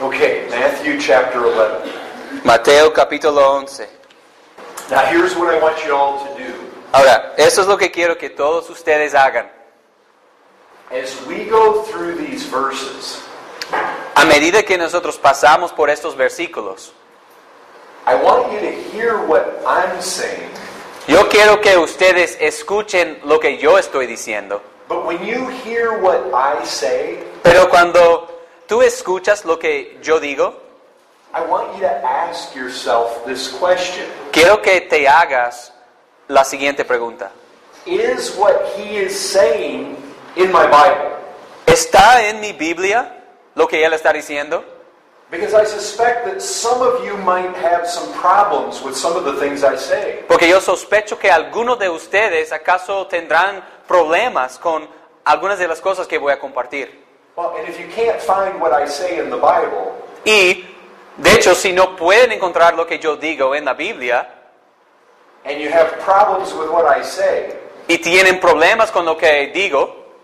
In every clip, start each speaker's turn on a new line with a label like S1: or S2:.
S1: Okay, Matthew chapter 11.
S2: Mateo capítulo 11.
S1: Now, here's what I want you all to do.
S2: Ahora, eso es lo que quiero que todos ustedes hagan.
S1: As we go through these verses,
S2: A medida que nosotros pasamos por estos versículos,
S1: I want you to hear what I'm saying.
S2: yo quiero que ustedes escuchen lo que yo estoy diciendo.
S1: But when you hear what I say,
S2: Pero cuando tú escuchas lo que yo digo,
S1: I want you to ask yourself this question
S2: quiero que te hagas la siguiente pregunta.
S1: Is what he is saying in my Bible?
S2: ¿Está en mi Biblia lo que él está diciendo?
S1: Because I suspect that some of you might have some problems with some of the things I say.
S2: Porque yo sospecho que algunos de ustedes acaso tendrán problemas con algunas de las cosas que voy a compartir.
S1: Well, and if you can't find what I say in the Bible,
S2: Y, de hecho, si no pueden encontrar lo que yo digo en la Biblia
S1: and you have problems with what I say,
S2: y tienen problemas con lo que digo,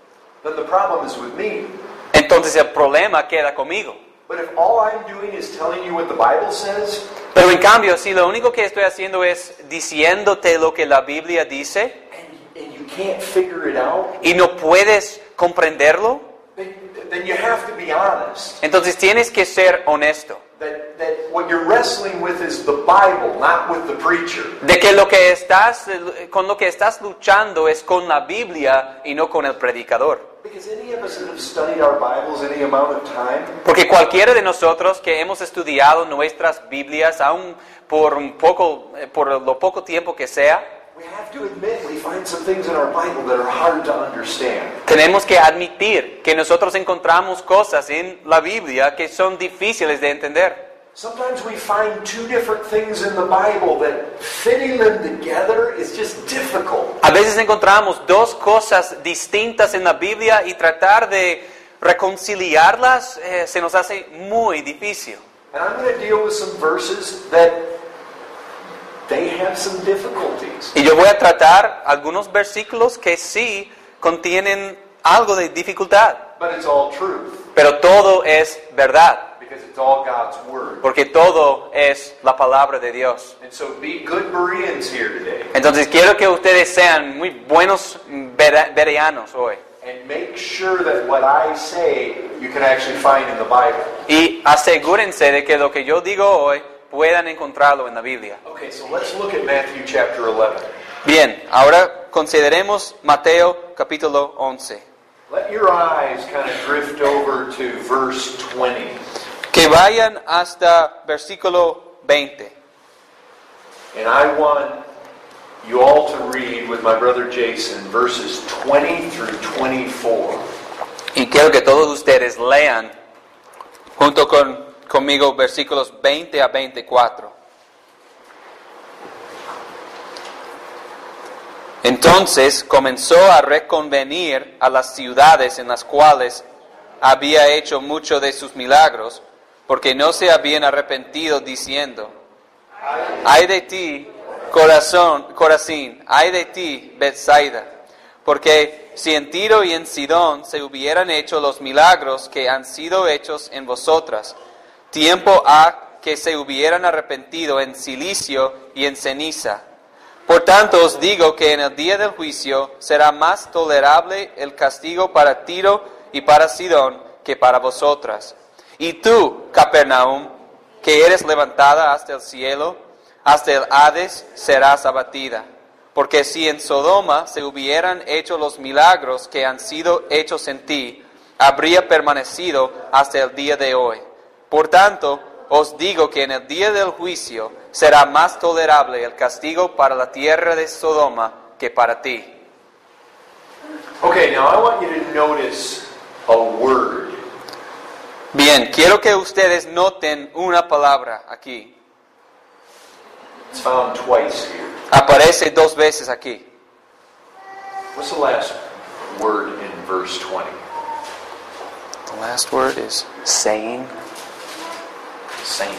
S1: then the problem is with me.
S2: entonces el problema queda conmigo.
S1: But if all I'm doing is telling you what the Bible says,
S2: Pero en cambio, si lo único que estoy haciendo es diciéndote lo que la Biblia dice
S1: and, and you can't figure it out,
S2: y no puedes comprenderlo,
S1: then, then you have to be honest
S2: entonces tienes que ser honesto.
S1: that, that what you're wrestling with is the Bible, not with the preacher.
S2: de que lo que estás con lo que estás luchando es con la Biblia y no con el predicador.
S1: Because any of us that have studied our Bibles any amount of time,
S2: Porque cualquiera de nosotros que hemos estudiado nuestras Biblias, aun por un poco eh, por lo poco tiempo que sea,
S1: we have to admit we find some things in our Bible that are hard to understand.
S2: tenemos que admitir que nosotros encontramos cosas en la Biblia que son difíciles de entender.
S1: Sometimes we find two different things in the Bible that fitting them together is just difficult.
S2: A veces encontramos dos cosas distintas en la Biblia y tratar de reconciliarlas eh, se nos hace muy difícil.
S1: And I'm going to deal with some verses that they have some difficulties.
S2: Y yo voy a tratar algunos versículos que sí contienen algo de dificultad,
S1: But it's all truth
S2: pero todo es verdad,
S1: because it's all God's Word.
S2: porque todo es la palabra de Dios.
S1: And so be good Bereans here today
S2: Entonces quiero que ustedes sean muy buenos bere- bereanos hoy
S1: and make sure that what I say you can actually find in the Bible.
S2: y asegúrense de que lo que yo digo hoy puedan encontrarlo en la Biblia.
S1: Okay, so let's look at Matthew chapter 11.
S2: Bien, ahora consideremos Mateo capítulo 11,
S1: Let your eyes kind of drift over to verse 20.
S2: que vayan hasta versículo 20.
S1: And I want you all to read with my brother Jason verses 20 through 24.
S2: Y quiero que todos ustedes lean junto con, conmigo versículos 20 a 24. Entonces comenzó a reconvenir a las ciudades en las cuales había hecho muchos de sus milagros, porque no se habían arrepentido diciendo, ay de ti, corazón, Corazín, ay de ti, Bethsaida, porque si en Tiro y en Sidón se hubieran hecho los milagros que han sido hechos en vosotras, tiempo ha que se hubieran arrepentido en silicio y en ceniza. Por tanto os digo que en el día del juicio será más tolerable el castigo para Tiro y para Sidón que para vosotras. Y tú, Capernaum, que eres levantada hasta el cielo, hasta el Hades serás abatida. Porque si en Sodoma se hubieran hecho los milagros que han sido hechos en ti, habría permanecido hasta el día de hoy. Por tanto, os digo que en el día del juicio será más tolerable el castigo para la tierra de Sodoma que para ti.
S1: Okay, now I want you to notice a word.
S2: Bien, quiero que ustedes noten una palabra aquí.
S1: It's found twice here.
S2: Aparece dos veces aquí.
S1: What's the last word in verse 20?
S2: The last word is saying.
S1: Saint.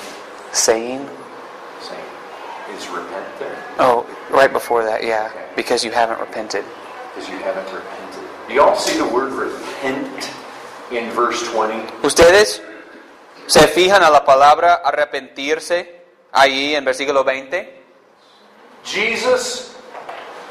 S2: Saying.
S1: Saint. Is repent there?
S2: Oh, right before that, yeah. Because you haven't repented.
S1: Because you haven't repented. Do you all see the word repent in verse 20?
S2: ¿Ustedes ¿Se fijan a la palabra arrepentirse ahí en versículo 20?
S1: Jesus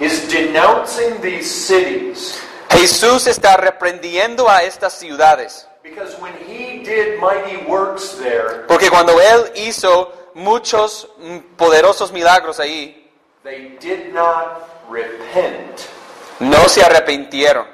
S1: is denouncing these cities
S2: Jesús está reprendiendo a estas ciudades,
S1: because when he did mighty works there,
S2: porque cuando Él hizo muchos mm, poderosos milagros ahí,
S1: they did not repent.
S2: no se arrepintieron.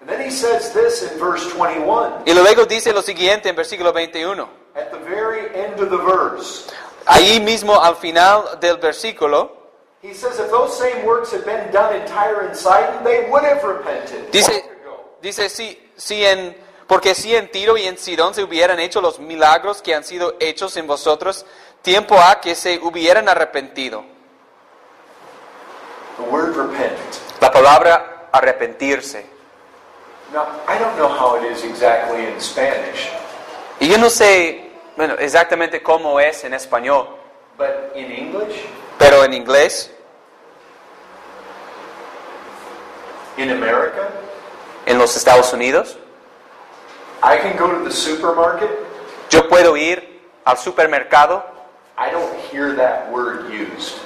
S1: And then he says this in verse 21,
S2: Y luego dice lo siguiente en versículo 21.
S1: at the very end of the verse.
S2: Ahí mismo al final del versículo
S1: He says, if those same works had been done in Tyre and Sidon, they would have repented.
S2: dice,
S1: long ago.
S2: dice si, si en, porque si en Tiro y en Sidón se hubieran hecho los milagros que han sido hechos en vosotros, tiempo ha que se hubieran arrepentido.
S1: The word repent.
S2: La palabra arrepentirse.
S1: Now, I don't know how it is exactly in Spanish,
S2: Y yo no sé bueno, exactamente cómo es en español,
S1: but in English,
S2: pero en inglés,
S1: in America,
S2: en los Estados Unidos,
S1: I can go to the supermarket.
S2: yo puedo ir al supermercado
S1: I don't hear that word used.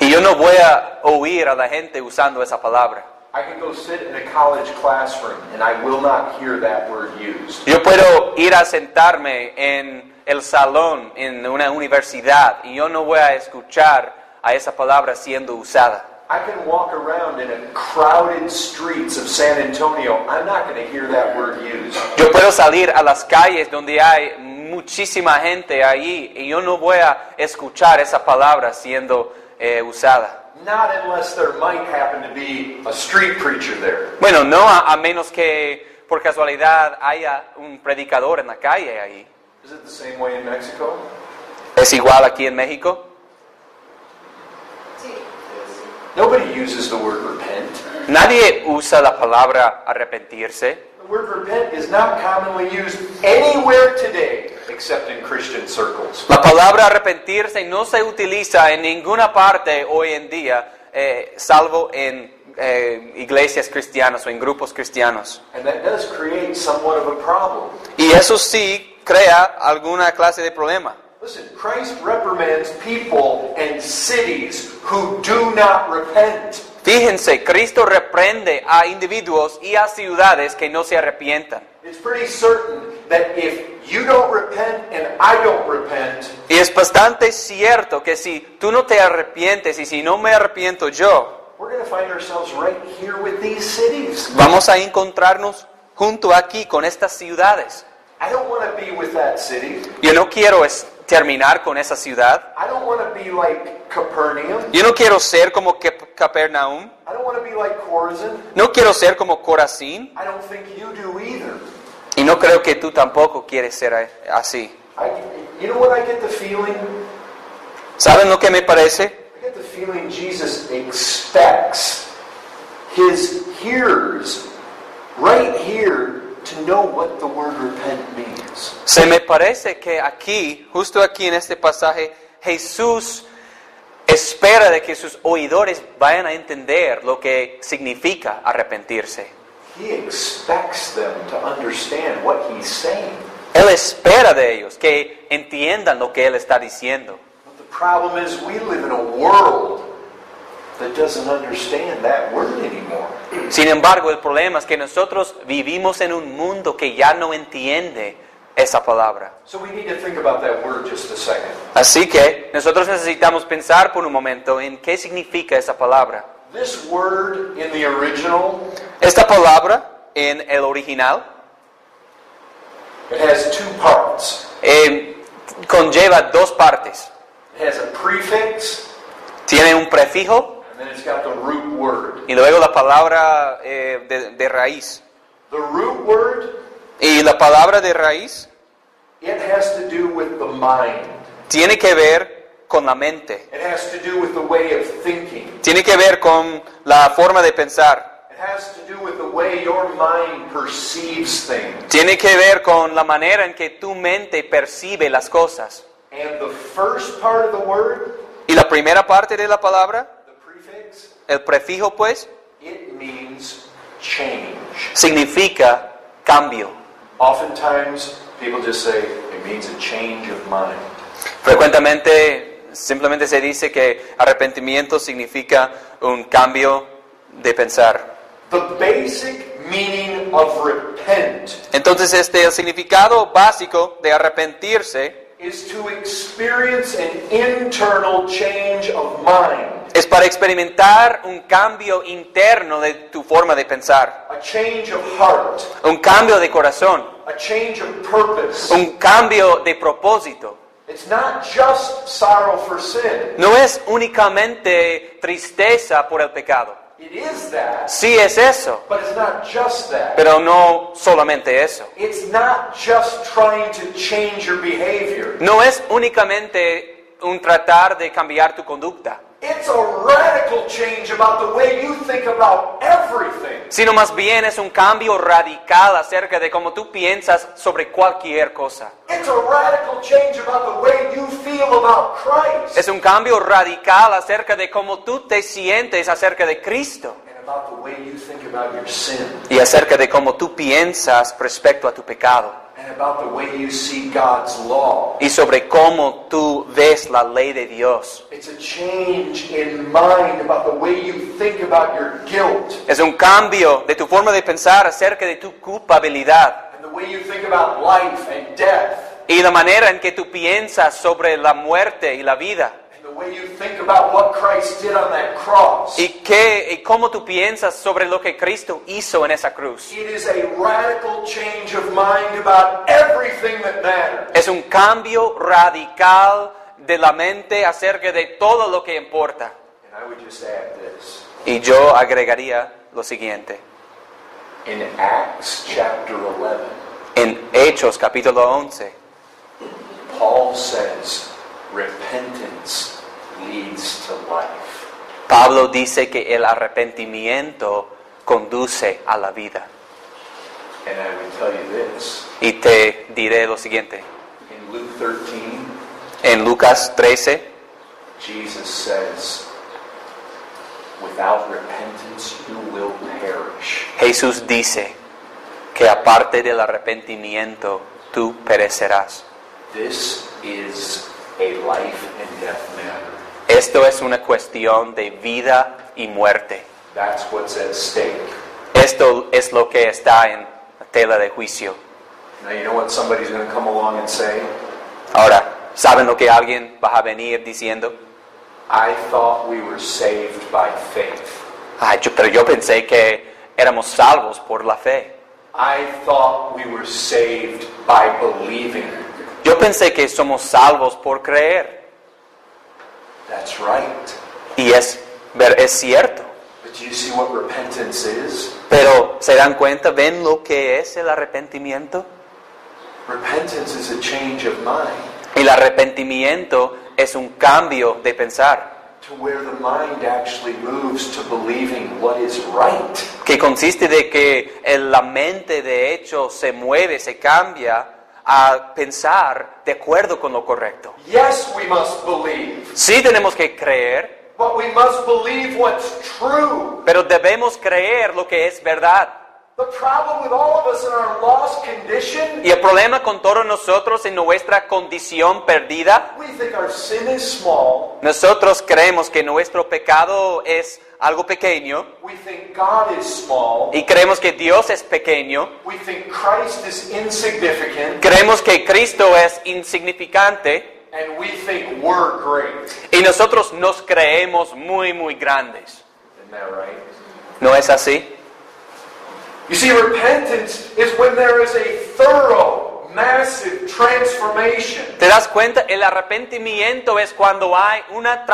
S2: y yo no voy a oír a la gente usando esa palabra.
S1: I can go sit in a college classroom and I will not hear that word used.
S2: Yo puedo ir a sentarme en el salón en una universidad y yo no voy a escuchar a esa palabra siendo usada.
S1: I can walk around in a crowded streets of San Antonio. I'm not going to hear that word used.
S2: Yo puedo salir a las calles donde hay muchísima gente allí y yo no voy a escuchar esa palabra siendo eh, usada.
S1: Not unless there might happen to be a street preacher there.
S2: Bueno, no a, a menos que por casualidad haya un predicador en la calle allí.
S1: Is it the same way in Mexico?
S2: ¿Es igual aquí en México?
S1: Nobody uses the word repent.
S2: Nadie usa la palabra arrepentirse.
S1: The word repent is not commonly used anywhere today except in Christian circles.
S2: La palabra arrepentirse no se utiliza en ninguna parte hoy en día, eh, salvo en eh, iglesias cristianas o en grupos cristianos.
S1: And that does create somewhat of a problem.
S2: Y eso sí crea alguna clase de problema.
S1: Listen, Christ reprimands people and cities who do not repent.
S2: Fíjense, Cristo reprende a individuos y a ciudades que no se arrepientan.
S1: It's pretty certain that if you don't repent and I don't repent,
S2: Y es bastante cierto que si tú no te arrepientes y si no me arrepiento yo,
S1: we're going to find ourselves right here with these cities.
S2: vamos a encontrarnos junto aquí con estas ciudades.
S1: I don't want to be with that city.
S2: Yo no quiero es- terminar con esa ciudad.
S1: I don't want to be like Capernaum.
S2: Yo no quiero ser como Cap- Capernaum,
S1: I don't want to be like Chorazin.
S2: no quiero ser como Corazín,
S1: I don't think you do either.
S2: y no creo que tú tampoco quieres ser a- así.
S1: I, you know what I get the feeling?
S2: ¿Saben lo que me parece?
S1: I get the feeling Jesus expects his hearers right here to know what the word repent means.
S2: Se me parece que aquí, justo aquí en este pasaje, Jesús espera de que sus oidores vayan a entender lo que significa arrepentirse.
S1: He expects them to understand what he's saying.
S2: Él espera de ellos que entiendan lo que Él está diciendo.
S1: But the problem is, we live in a world that doesn't understand that word anymore.
S2: Sin embargo, el problema es que nosotros vivimos en un mundo que ya no entiende esa palabra.
S1: So we need to think about that word just a second.
S2: Así que nosotros necesitamos pensar por un momento en qué significa esa palabra.
S1: This word in the original,
S2: Esta palabra en el original
S1: it has two parts.
S2: eh, conlleva dos partes.
S1: It has a prefix,
S2: Tiene un prefijo
S1: and then it's got the root word.
S2: y luego la palabra eh, de, de raíz.
S1: The root word,
S2: Y la palabra de raíz
S1: it has to do with the mind.
S2: tiene que ver con la mente,
S1: It has to do with the way of thinking.
S2: tiene que ver con la forma de pensar,
S1: It has to do with the way your mind perceives things.
S2: tiene que ver con la manera en que tu mente percibe las cosas.
S1: And the first part of the word,
S2: Y la primera parte de la palabra,
S1: the prefix,
S2: el prefijo pues,
S1: it means change.
S2: significa cambio.
S1: Oftentimes, people just say, it It means a change of mind.
S2: Frecuentemente simplemente se dice que arrepentimiento significa un cambio de pensar.
S1: The basic meaning of repent
S2: Entonces este el significado básico de arrepentirse
S1: is to experience an internal change of mind,
S2: es para experimentar un cambio interno de tu forma de pensar,
S1: a change of heart,
S2: un cambio de corazón,
S1: a change of purpose.
S2: un cambio de propósito.
S1: It's not just sorrow for sin.
S2: No es únicamente tristeza por el pecado.
S1: It is that,
S2: Sí es eso,
S1: but it's not just that.
S2: pero no solamente eso.
S1: It's not just trying to change your behavior.
S2: No es únicamente un tratar de cambiar tu conducta,
S1: It's a radical change about the way you think about everything.
S2: sino más bien es un cambio radical acerca de cómo tú piensas sobre cualquier cosa.
S1: It's a radical change about the way you feel about Christ
S2: Es un cambio radical acerca de cómo tú te sientes acerca de Cristo
S1: and about the way you think about your sin
S2: y acerca de cómo tú piensas respecto a tu pecado
S1: and about the way you see God's law.
S2: y sobre cómo tú ves la ley de Dios.
S1: It's a change in mind about the way you think about your guilt
S2: Es un cambio de tu forma de pensar acerca de tu culpabilidad
S1: and the way you think about life and death
S2: y la manera en que tú piensas sobre la muerte y la vida.
S1: and the way you think about what Christ did on that cross.
S2: ¿Y, qué, ¿Y cómo tú piensas sobre lo que Cristo hizo en esa cruz?
S1: It is a radical change of mind about everything that matters.
S2: Es un cambio radical de la mente acerca de todo lo que importa.
S1: And I would just add this.
S2: Y yo agregaría lo siguiente.
S1: In Acts chapter 11,
S2: En Hechos capítulo 11,
S1: Paul says, repentance leads to life.
S2: Pablo dice que el arrepentimiento conduce a la vida.
S1: And I would tell you this.
S2: Y te diré lo siguiente.
S1: In Luke 13,
S2: En Lucas 13,
S1: Jesus says, without repentance you will perish.
S2: Jesús dice que aparte del arrepentimiento, tú perecerás.
S1: This is a life and death matter.
S2: Esto es una cuestión de vida y muerte.
S1: That's what's at stake.
S2: Esto es lo que está en la tela de juicio.
S1: Now you know what somebody's going to come along and say?
S2: Ahora, ¿saben lo que alguien va a venir diciendo?
S1: I thought we were saved by faith.
S2: Ay, yo- pero yo pensé que éramos salvos por la fe.
S1: I thought we were saved by believing.
S2: Yo pensé que somos salvos por creer.
S1: That's right.
S2: Y es, ver- es cierto.
S1: But do you see what repentance is?
S2: Pero ¿se dan cuenta? ¿Ven lo que es el arrepentimiento?
S1: Repentance is a change of mind
S2: El arrepentimiento es un cambio de pensar
S1: to where the mind actually moves to believing what is right.
S2: que consiste de que el- la mente de hecho se mueve, se cambia a pensar de acuerdo con lo correcto.
S1: Yes, we must believe,
S2: Sí tenemos que creer,
S1: but we must believe what's true.
S2: pero debemos creer lo que es verdad.
S1: The problem with all of us in our lost condition,
S2: Y el problema con todos nosotros en nuestra condición perdida,
S1: we think our sin is small.
S2: nosotros creemos que nuestro pecado es algo pequeño
S1: We think God is small.
S2: y creemos que Dios es pequeño,
S1: We think Christ is insignificant.
S2: creemos que Cristo es insignificante.
S1: And we think we're great.
S2: Y nosotros nos creemos muy, muy grandes.
S1: Isn't that right?
S2: ¿No es así?
S1: You see, repentance is when there is a thorough, massive transformation.
S2: ¿Te das cuenta? El arrepentimiento es cuando hay una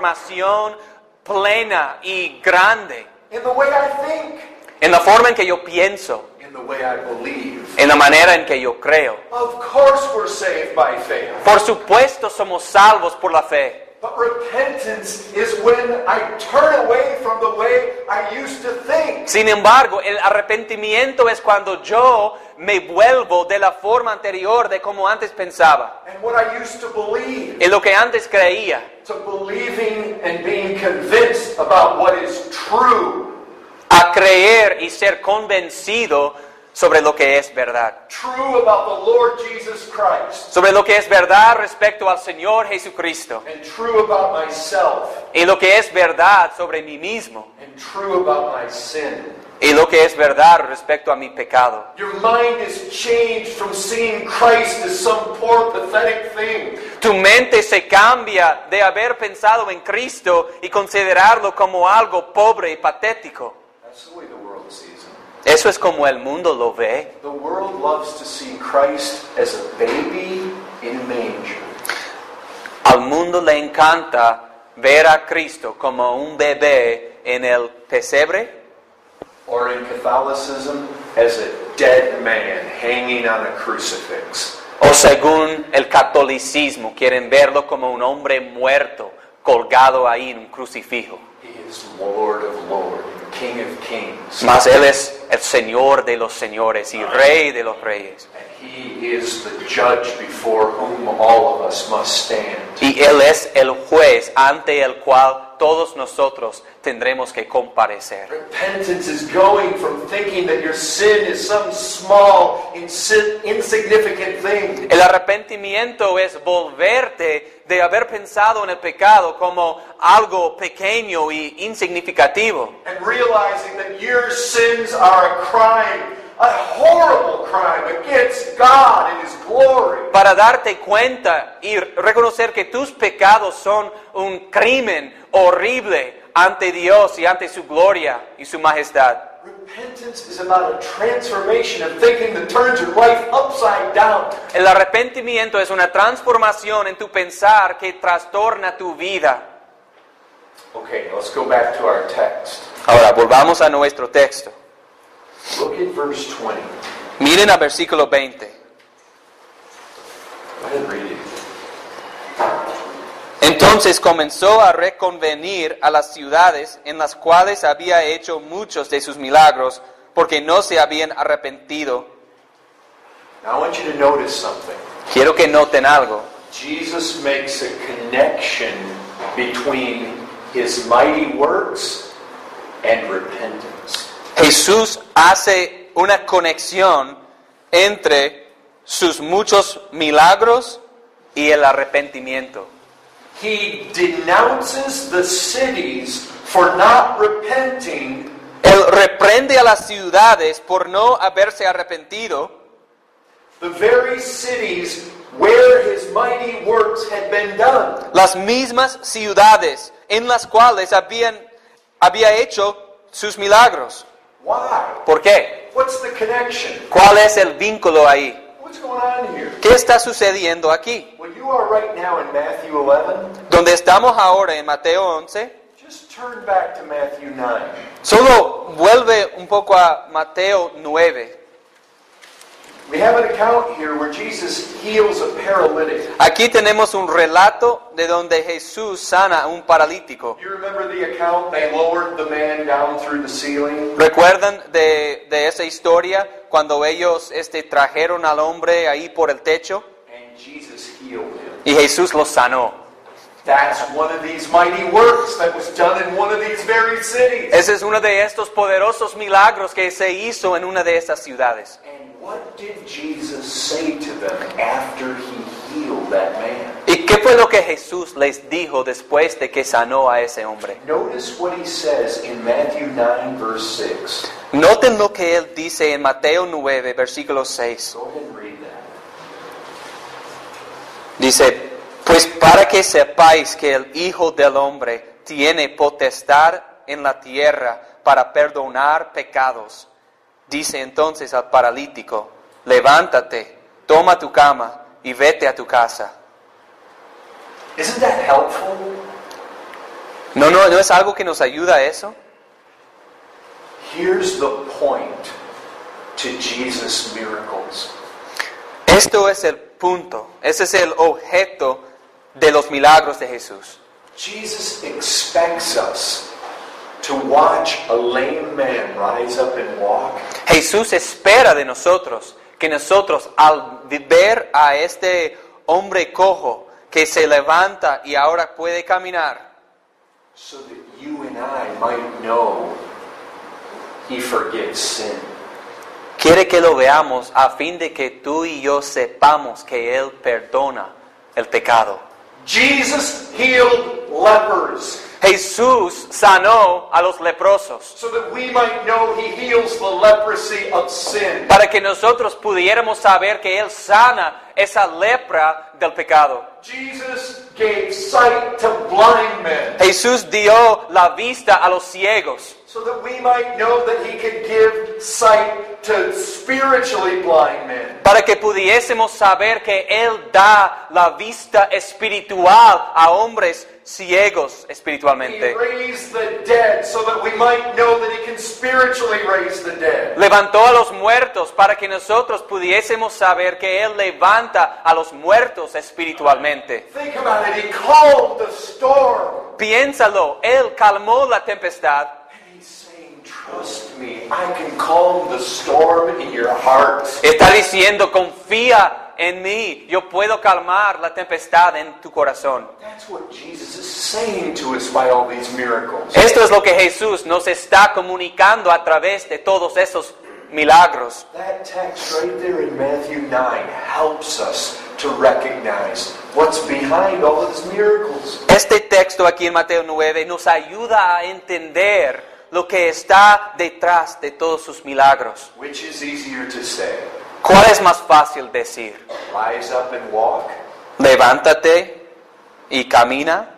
S2: transformación plena y grande
S1: In the way I
S2: en la forma en que yo pienso,
S1: think, in the way I believe.
S2: en la manera en que yo creo.
S1: Of course, we're saved by faith.
S2: Por supuesto somos salvos por la fe,
S1: But repentance is when I turn away from the way I used to think.
S2: Sin embargo, el arrepentimiento es cuando yo me vuelvo de la forma anterior de como antes pensaba,
S1: And what I used to believe.
S2: en lo que antes creía.
S1: to believing and being convinced about what is true
S2: a creer y ser convencido sobre lo que es verdad.
S1: true about the Lord Jesus Christ,
S2: Sobre lo que es verdad respecto al Señor Jesucristo.
S1: and true about myself,
S2: Y lo que es verdad sobre mí mismo.
S1: and true about my sin.
S2: Y lo que es verdad respecto a mi pecado.
S1: Your mind is changed from seeing Christ as some poor, pathetic thing
S2: Tu mente se cambia de haber pensado en Cristo y considerarlo como algo pobre y patético.
S1: That's the way the world sees him.
S2: Eso es como el mundo lo ve.
S1: The world loves to see Christ as a baby in a manger.
S2: Al mundo le encanta ver a Cristo como un bebé en el pesebre
S1: Or in Catholicism, as a dead man hanging on a crucifix.
S2: o según el catolicismo quieren verlo como un hombre muerto colgado ahí en un crucifijo.
S1: He is Lord of Lords, and King of Kings,
S2: Mas Él es el Señor de los señores y Rey de los reyes.
S1: and He is the judge before whom all of us must stand.
S2: Y Él es el juez ante el cual todos nosotros tendremos que comparecer.
S1: Repentance is going from thinking that your sin is some small, insi- insignificant thing
S2: El arrepentimiento es volverte de haber pensado en el pecado como algo pequeño y insignificativo
S1: and realizing that your sins are a crime, a horrible crime against God and His glory.
S2: para darte cuenta y reconocer que tus pecados son un crimen horrible ante Dios y ante su gloria y su majestad.
S1: Repentance is about a transformation of thinking that turns your life upside down.
S2: El arrepentimiento es una transformación en tu pensar que trastorna tu vida.
S1: Okay, let's go back to our text.
S2: Ahora, volvamos a nuestro texto.
S1: Look at verse 20.
S2: Miren a versículo 20.
S1: Go ahead and read it.
S2: Entonces comenzó a reconvenir a las ciudades en las cuales había hecho muchos de sus milagros, porque no se habían arrepentido.
S1: Now I want you to notice something.
S2: Quiero que noten algo.
S1: Jesus makes a connection between his mighty works and repentance.
S2: Jesús hace una conexión entre sus muchos milagros y el arrepentimiento.
S1: He denounces the cities for not repenting
S2: Él reprende a las ciudades por no haberse arrepentido,
S1: the very cities where his mighty works had been done.
S2: las mismas ciudades en las cuales habían, había hecho sus milagros.
S1: Why?
S2: ¿Por qué?
S1: What's the connection?
S2: ¿Cuál es el vínculo ahí?
S1: What's going on here?
S2: ¿Qué está sucediendo aquí?
S1: Well, you are right now in Matthew 11.
S2: Donde estamos ahora en Mateo 11,
S1: Just turn back to Matthew 9.
S2: solo vuelve un poco a Mateo 9.
S1: We have an account here where Jesus heals a paralytic.
S2: Aquí tenemos un relato de donde Jesús sana a un paralítico.
S1: You remember the account? They lowered the man down through the ceiling.
S2: ¿Recuerdan de, de esa historia cuando ellos este, trajeron al hombre ahí por el techo
S1: And Jesus healed him.
S2: y Jesús lo sanó?
S1: That's one of these mighty works that was done in one of these very cities.
S2: Ese es uno de estos poderosos milagros que se hizo en una de estas ciudades.
S1: And what did Jesus say to them after he healed that man?
S2: ¿Y qué fue lo que Jesús les dijo después de que sanó a ese hombre?
S1: Notice what he says in Matthew 9, verse 6.
S2: Noten lo que él dice en Mateo 9, versículo 6.
S1: Go ahead and read that.
S2: Dice, pues para que sepáis que el Hijo del Hombre tiene potestad en la tierra para perdonar pecados. Dice entonces al paralítico, levántate, toma tu cama y vete a tu casa.
S1: Isn't that helpful?
S2: ¿No, no, no es algo que nos ayuda a eso?
S1: Here's the point to Jesus' miracles.
S2: Esto es el punto, ese es el objeto de los milagros de Jesús.
S1: Jesus expects us to watch a lame man rise up and walk,
S2: Jesús espera de nosotros que nosotros al ver a este hombre cojo que se levanta y ahora puede caminar,
S1: so that you and I might know he forgives sin.
S2: Quiere que lo veamos a fin de que tú y yo sepamos que Él perdona el pecado.
S1: Jesus healed lepers
S2: Jesús sanó a los leprosos
S1: so that we might know he heals the leprosy of sin.
S2: para que nosotros pudiéramos saber que Él sana esa lepra del pecado.
S1: Jesus gave sight to blind men
S2: Jesús dio la vista a los ciegos
S1: so that we might know that he could give sight to spiritually blind men.
S2: para que pudiésemos saber que Él da la vista espiritual a hombres ciegos
S1: He
S2: espiritualmente.
S1: raised the dead so that we might know that he can spiritually raise the dead.
S2: Levantó a los muertos para que nosotros pudiésemos saber que Él levanta a los muertos espiritualmente.
S1: Think about it. He called the storm.
S2: Piénsalo, Él calmó la tempestad
S1: And he's saying, Trust me, I can calm the storm in your hearts.
S2: Está diciendo, confía en mí, yo puedo calmar la tempestad en tu corazón.
S1: That's what Jesus is saying to us by all these miracles.
S2: Esto es lo que Jesús nos está comunicando a través de todos esos milagros.
S1: That text right there in Matthew 9 helps us to recognize what's behind all of these miracles.
S2: Este texto aquí en Mateo 9 nos ayuda a entender lo que está detrás de todos sus milagros.
S1: Which is easier to say,
S2: ¿Cuál es más fácil decir?
S1: rise up and walk,
S2: Levántate y camina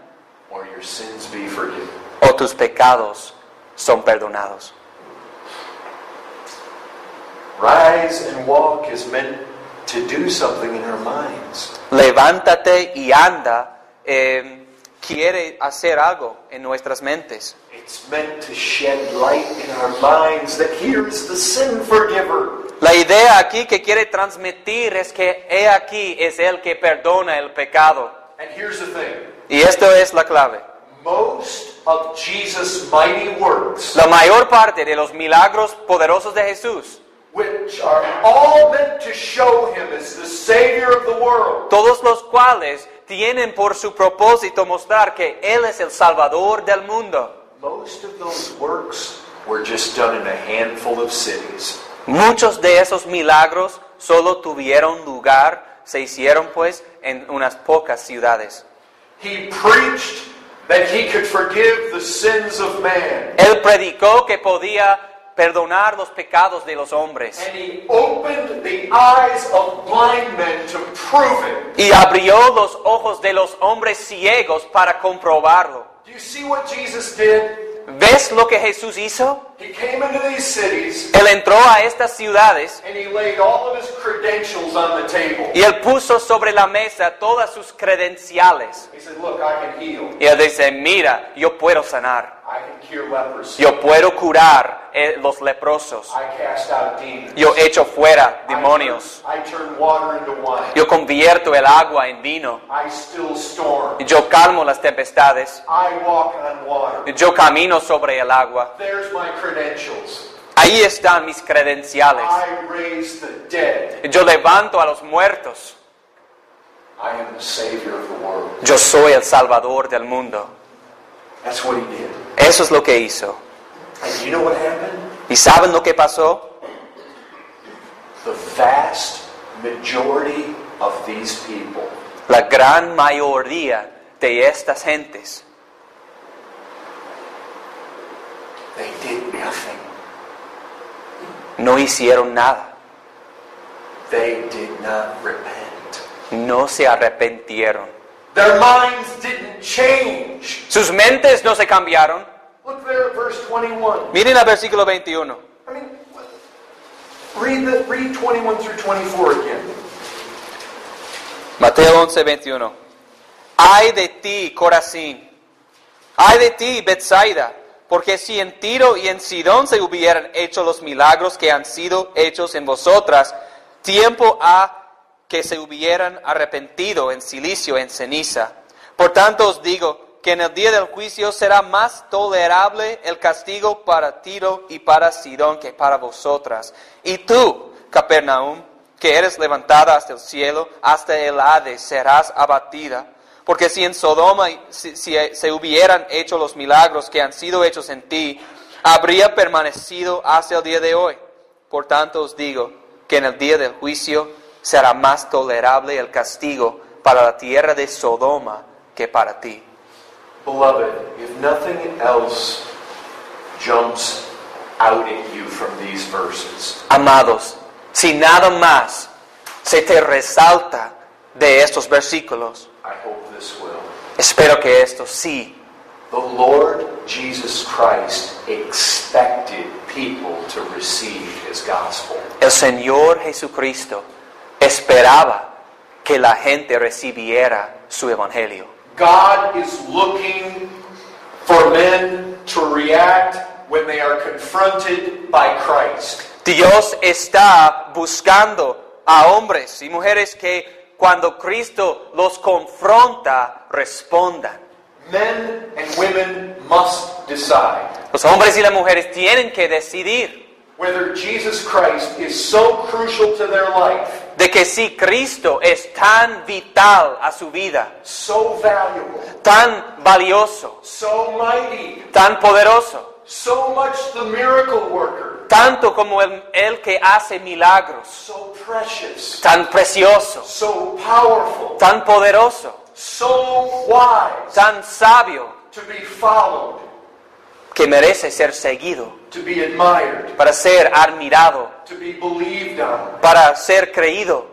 S1: or your sins be forgiven?
S2: o tus pecados son perdonados.
S1: Rise and walk is meant to do something in our minds.
S2: levántate y anda, eh, quiere hacer algo en nuestras mentes.
S1: It's meant to shed light in our minds that here is the sin forgiver.
S2: La idea aquí que quiere transmitir es que he aquí es el que perdona el pecado.
S1: And here's the thing
S2: Y esto es la clave.
S1: most of Jesus' mighty works
S2: La mayor parte de los milagros poderosos de Jesús,
S1: which are all meant to show him as the Savior of the world,
S2: todos los cuales tienen por su propósito mostrar que Él es el Salvador del mundo.
S1: most of those works were just done in a handful of cities.
S2: Muchos de esos milagros solo tuvieron lugar, se hicieron pues en unas pocas ciudades.
S1: He preached that he could forgive the sins of man,
S2: Él predicó que podía perdonar los pecados de los hombres
S1: and he opened the eyes of blind men to prove it.
S2: y abrió los ojos de los hombres ciegos para comprobarlo.
S1: Do you see what Jesus did?
S2: ¿Ves lo que Jesús hizo?
S1: He came into these cities
S2: Él entró a estas ciudades
S1: and he laid all of his credentials on the table.
S2: y él puso sobre la mesa todas sus credenciales.
S1: He said, Look, I can heal,
S2: Y él dice, mira, yo puedo sanar,
S1: I can cure leprosy,
S2: yo puedo curar eh, los leprosos,
S1: I cast out demons.
S2: yo echo fuera demonios,
S1: I turn water into wine.
S2: yo convierto el agua en vino,
S1: I still storm.
S2: yo calmo las tempestades,
S1: I walk on water.
S2: yo camino sobre el agua.
S1: There's my credentials.
S2: Ahí están mis credenciales.
S1: I raise the dead.
S2: Yo levanto a los muertos.
S1: I am the Savior of the world.
S2: Yo soy el Salvador del mundo.
S1: That's what he did.
S2: Eso es lo que hizo.
S1: And you know what happened?
S2: ¿Y saben lo que pasó?
S1: The vast majority of these people
S2: La gran mayoría de estas gentes,
S1: They did nothing.
S2: no hicieron nada.
S1: They did not repent.
S2: No se arrepintieron.
S1: Their minds didn't change.
S2: Sus mentes no se cambiaron.
S1: Look there at verse 21.
S2: Miren al versículo 21.
S1: I mean, read, the, read 21 through 24 again.
S2: Mateo 11, 21. Ay de ti, Corazín. Ay de ti, Bethsaida. Porque si en Tiro y en Sidón se hubieran hecho los milagros que han sido hechos en vosotras, tiempo ha que se hubieran arrepentido en silicio, en ceniza. Por tanto os digo que en el día del juicio será más tolerable el castigo para Tiro y para Sidón que para vosotras. Y tú, Capernaum, que eres levantada hasta el cielo, hasta el Hades serás abatida. Porque si en Sodoma si- si se hubieran hecho los milagros que han sido hechos en ti, habría permanecido hasta el día de hoy. Por tanto os digo que en el día del juicio será más tolerable el castigo para la tierra de Sodoma que para ti.
S1: Beloved, if nothing else jumps out at you from these verses,
S2: Amados, si nada más se te resalta de estos versículos,
S1: I hope this will.
S2: espero que esto sí.
S1: The Lord Jesus Christ expected people to receive his gospel.
S2: El Señor Jesucristo esperaba que la gente recibiera su evangelio.
S1: God is looking for men to react when they are confronted by Christ.
S2: Dios está buscando a hombres y mujeres que cuando Cristo los confronta, respondan.
S1: Men and women must decide
S2: Los hombres y las mujeres tienen que decidir
S1: whether Jesus Christ is so crucial to their life,
S2: de que si Cristo es tan vital a su vida,
S1: so valuable,
S2: tan valioso,
S1: so mighty,
S2: tan poderoso,
S1: so much the miracle worker,
S2: tanto como el, el que hace milagros,
S1: so precious,
S2: tan precioso,
S1: so powerful,
S2: tan poderoso,
S1: so wise,
S2: tan sabio,
S1: to be followed,
S2: que merece ser seguido,
S1: to be admired,
S2: para ser admirado,
S1: to be believed on.
S2: para ser creído.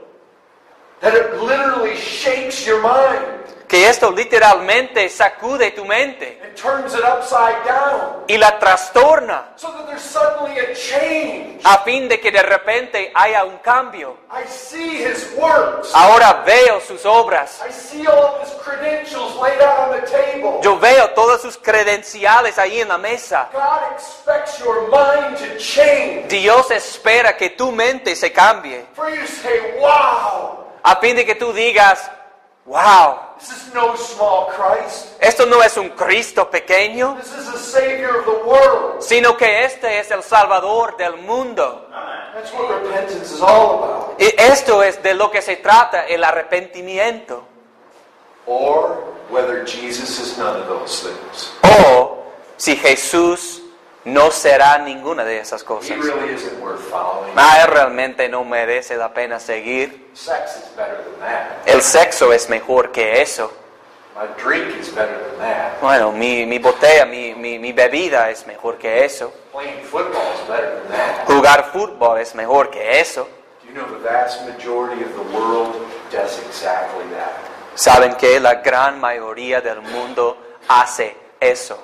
S1: that it literally shakes your mind
S2: que esto literalmente sacude tu mente
S1: and turns it upside down
S2: y la trastorna
S1: so that there's suddenly a change.
S2: a fin de que de repente haya un cambio.
S1: I see his works.
S2: Ahora veo sus obras,
S1: I see all of his credentials laid out on the table.
S2: yo veo todas sus credenciales ahí en la mesa.
S1: God expects your mind to change.
S2: Dios espera que tu mente se cambie,
S1: For you to say, wow,
S2: a fin de que tú digas, wow,
S1: this is no small Christ.
S2: esto no es un Cristo pequeño,
S1: This is the Savior of the world.
S2: sino que este es el Salvador del mundo.
S1: That's what repentance is all about.
S2: Y esto es de lo que se trata el arrepentimiento.
S1: Or whether Jesus is none of those things.
S2: O si Jesús no será ninguna de esas
S1: He
S2: cosas.
S1: really isn't worth following.
S2: Ah, él realmente no merece la pena seguir.
S1: Sex is better than that.
S2: El sexo es mejor que eso.
S1: My drink is better than that.
S2: Bueno, mi, mi botella, mi, mi- mi bebida es mejor que eso.
S1: Playing football is better than that.
S2: Jugar fútbol es mejor que eso.
S1: Do you know the vast majority of the world does exactly that?
S2: Saben que la gran mayoría del mundo hace eso.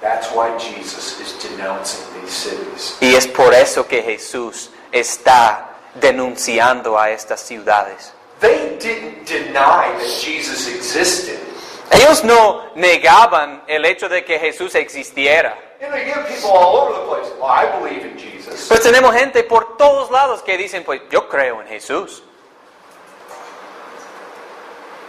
S1: That's why Jesus is denouncing these cities.
S2: Y es por eso que Jesús está denunciando a estas ciudades.
S1: They didn't deny that Jesus existed.
S2: Ellos no negaban el hecho de que Jesús existiera.
S1: You know, you get people all over the place. Well, I believe in Jesus.
S2: Pues tenemos gente por todos lados que dicen, pues yo creo en Jesús.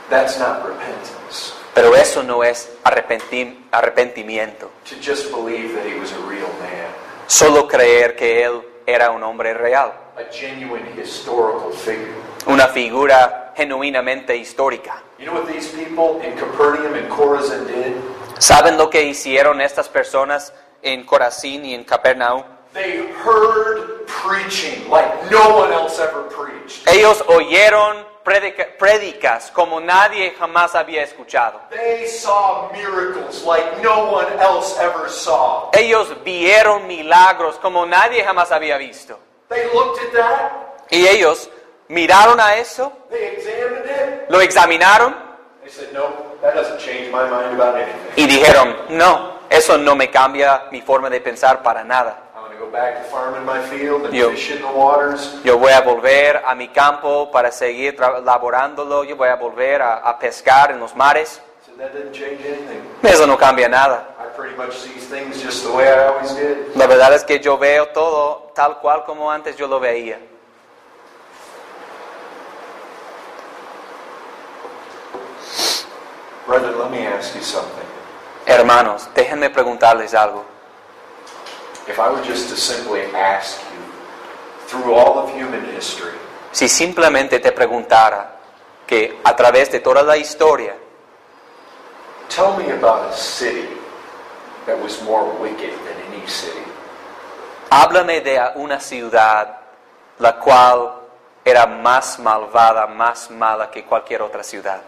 S1: That's not repentance.
S2: Pero eso no es arrepentim- arrepentimiento.
S1: To just believe that he was a real man,
S2: Solo creer que Él era un hombre real,
S1: a genuine historical figure.
S2: una figura genuinamente histórica.
S1: You know what these people in Capernaum and Chorazin did?
S2: ¿Saben lo que hicieron estas personas en Corazín y en Capernaum?
S1: They heard preaching like no one else ever preached.
S2: Ellos oyeron predica- prédicas como nadie jamás había escuchado.
S1: They saw miracles like no one else ever saw.
S2: Ellos vieron milagros como nadie jamás había visto.
S1: They looked at that,
S2: Y ellos miraron a eso,
S1: they examined it,
S2: lo examinaron
S1: they said, No, that doesn't change my mind about anything.
S2: y dijeron, no, eso no me cambia mi forma de pensar para nada.
S1: I'm going to go back to farming my field and
S2: You-
S1: fish in the waters.
S2: Yo voy a volver a mi campo para seguir tra- laborándolo, yo voy a volver a, a pescar en los mares.
S1: So that didn't change anything.
S2: Eso no cambia nada.
S1: I pretty much see things just the way I always did.
S2: La verdad es que yo veo todo tal cual como antes yo lo veía.
S1: Brother, let me ask you something.
S2: Hermanos, déjenme preguntarles algo.
S1: If I were just to simply ask you, through all of human history,
S2: Si simplemente te preguntara que a través de toda la historia,
S1: Tell me about a city that was more wicked than any city.
S2: háblame de una ciudad la cual era más malvada, más mala que cualquier otra ciudad.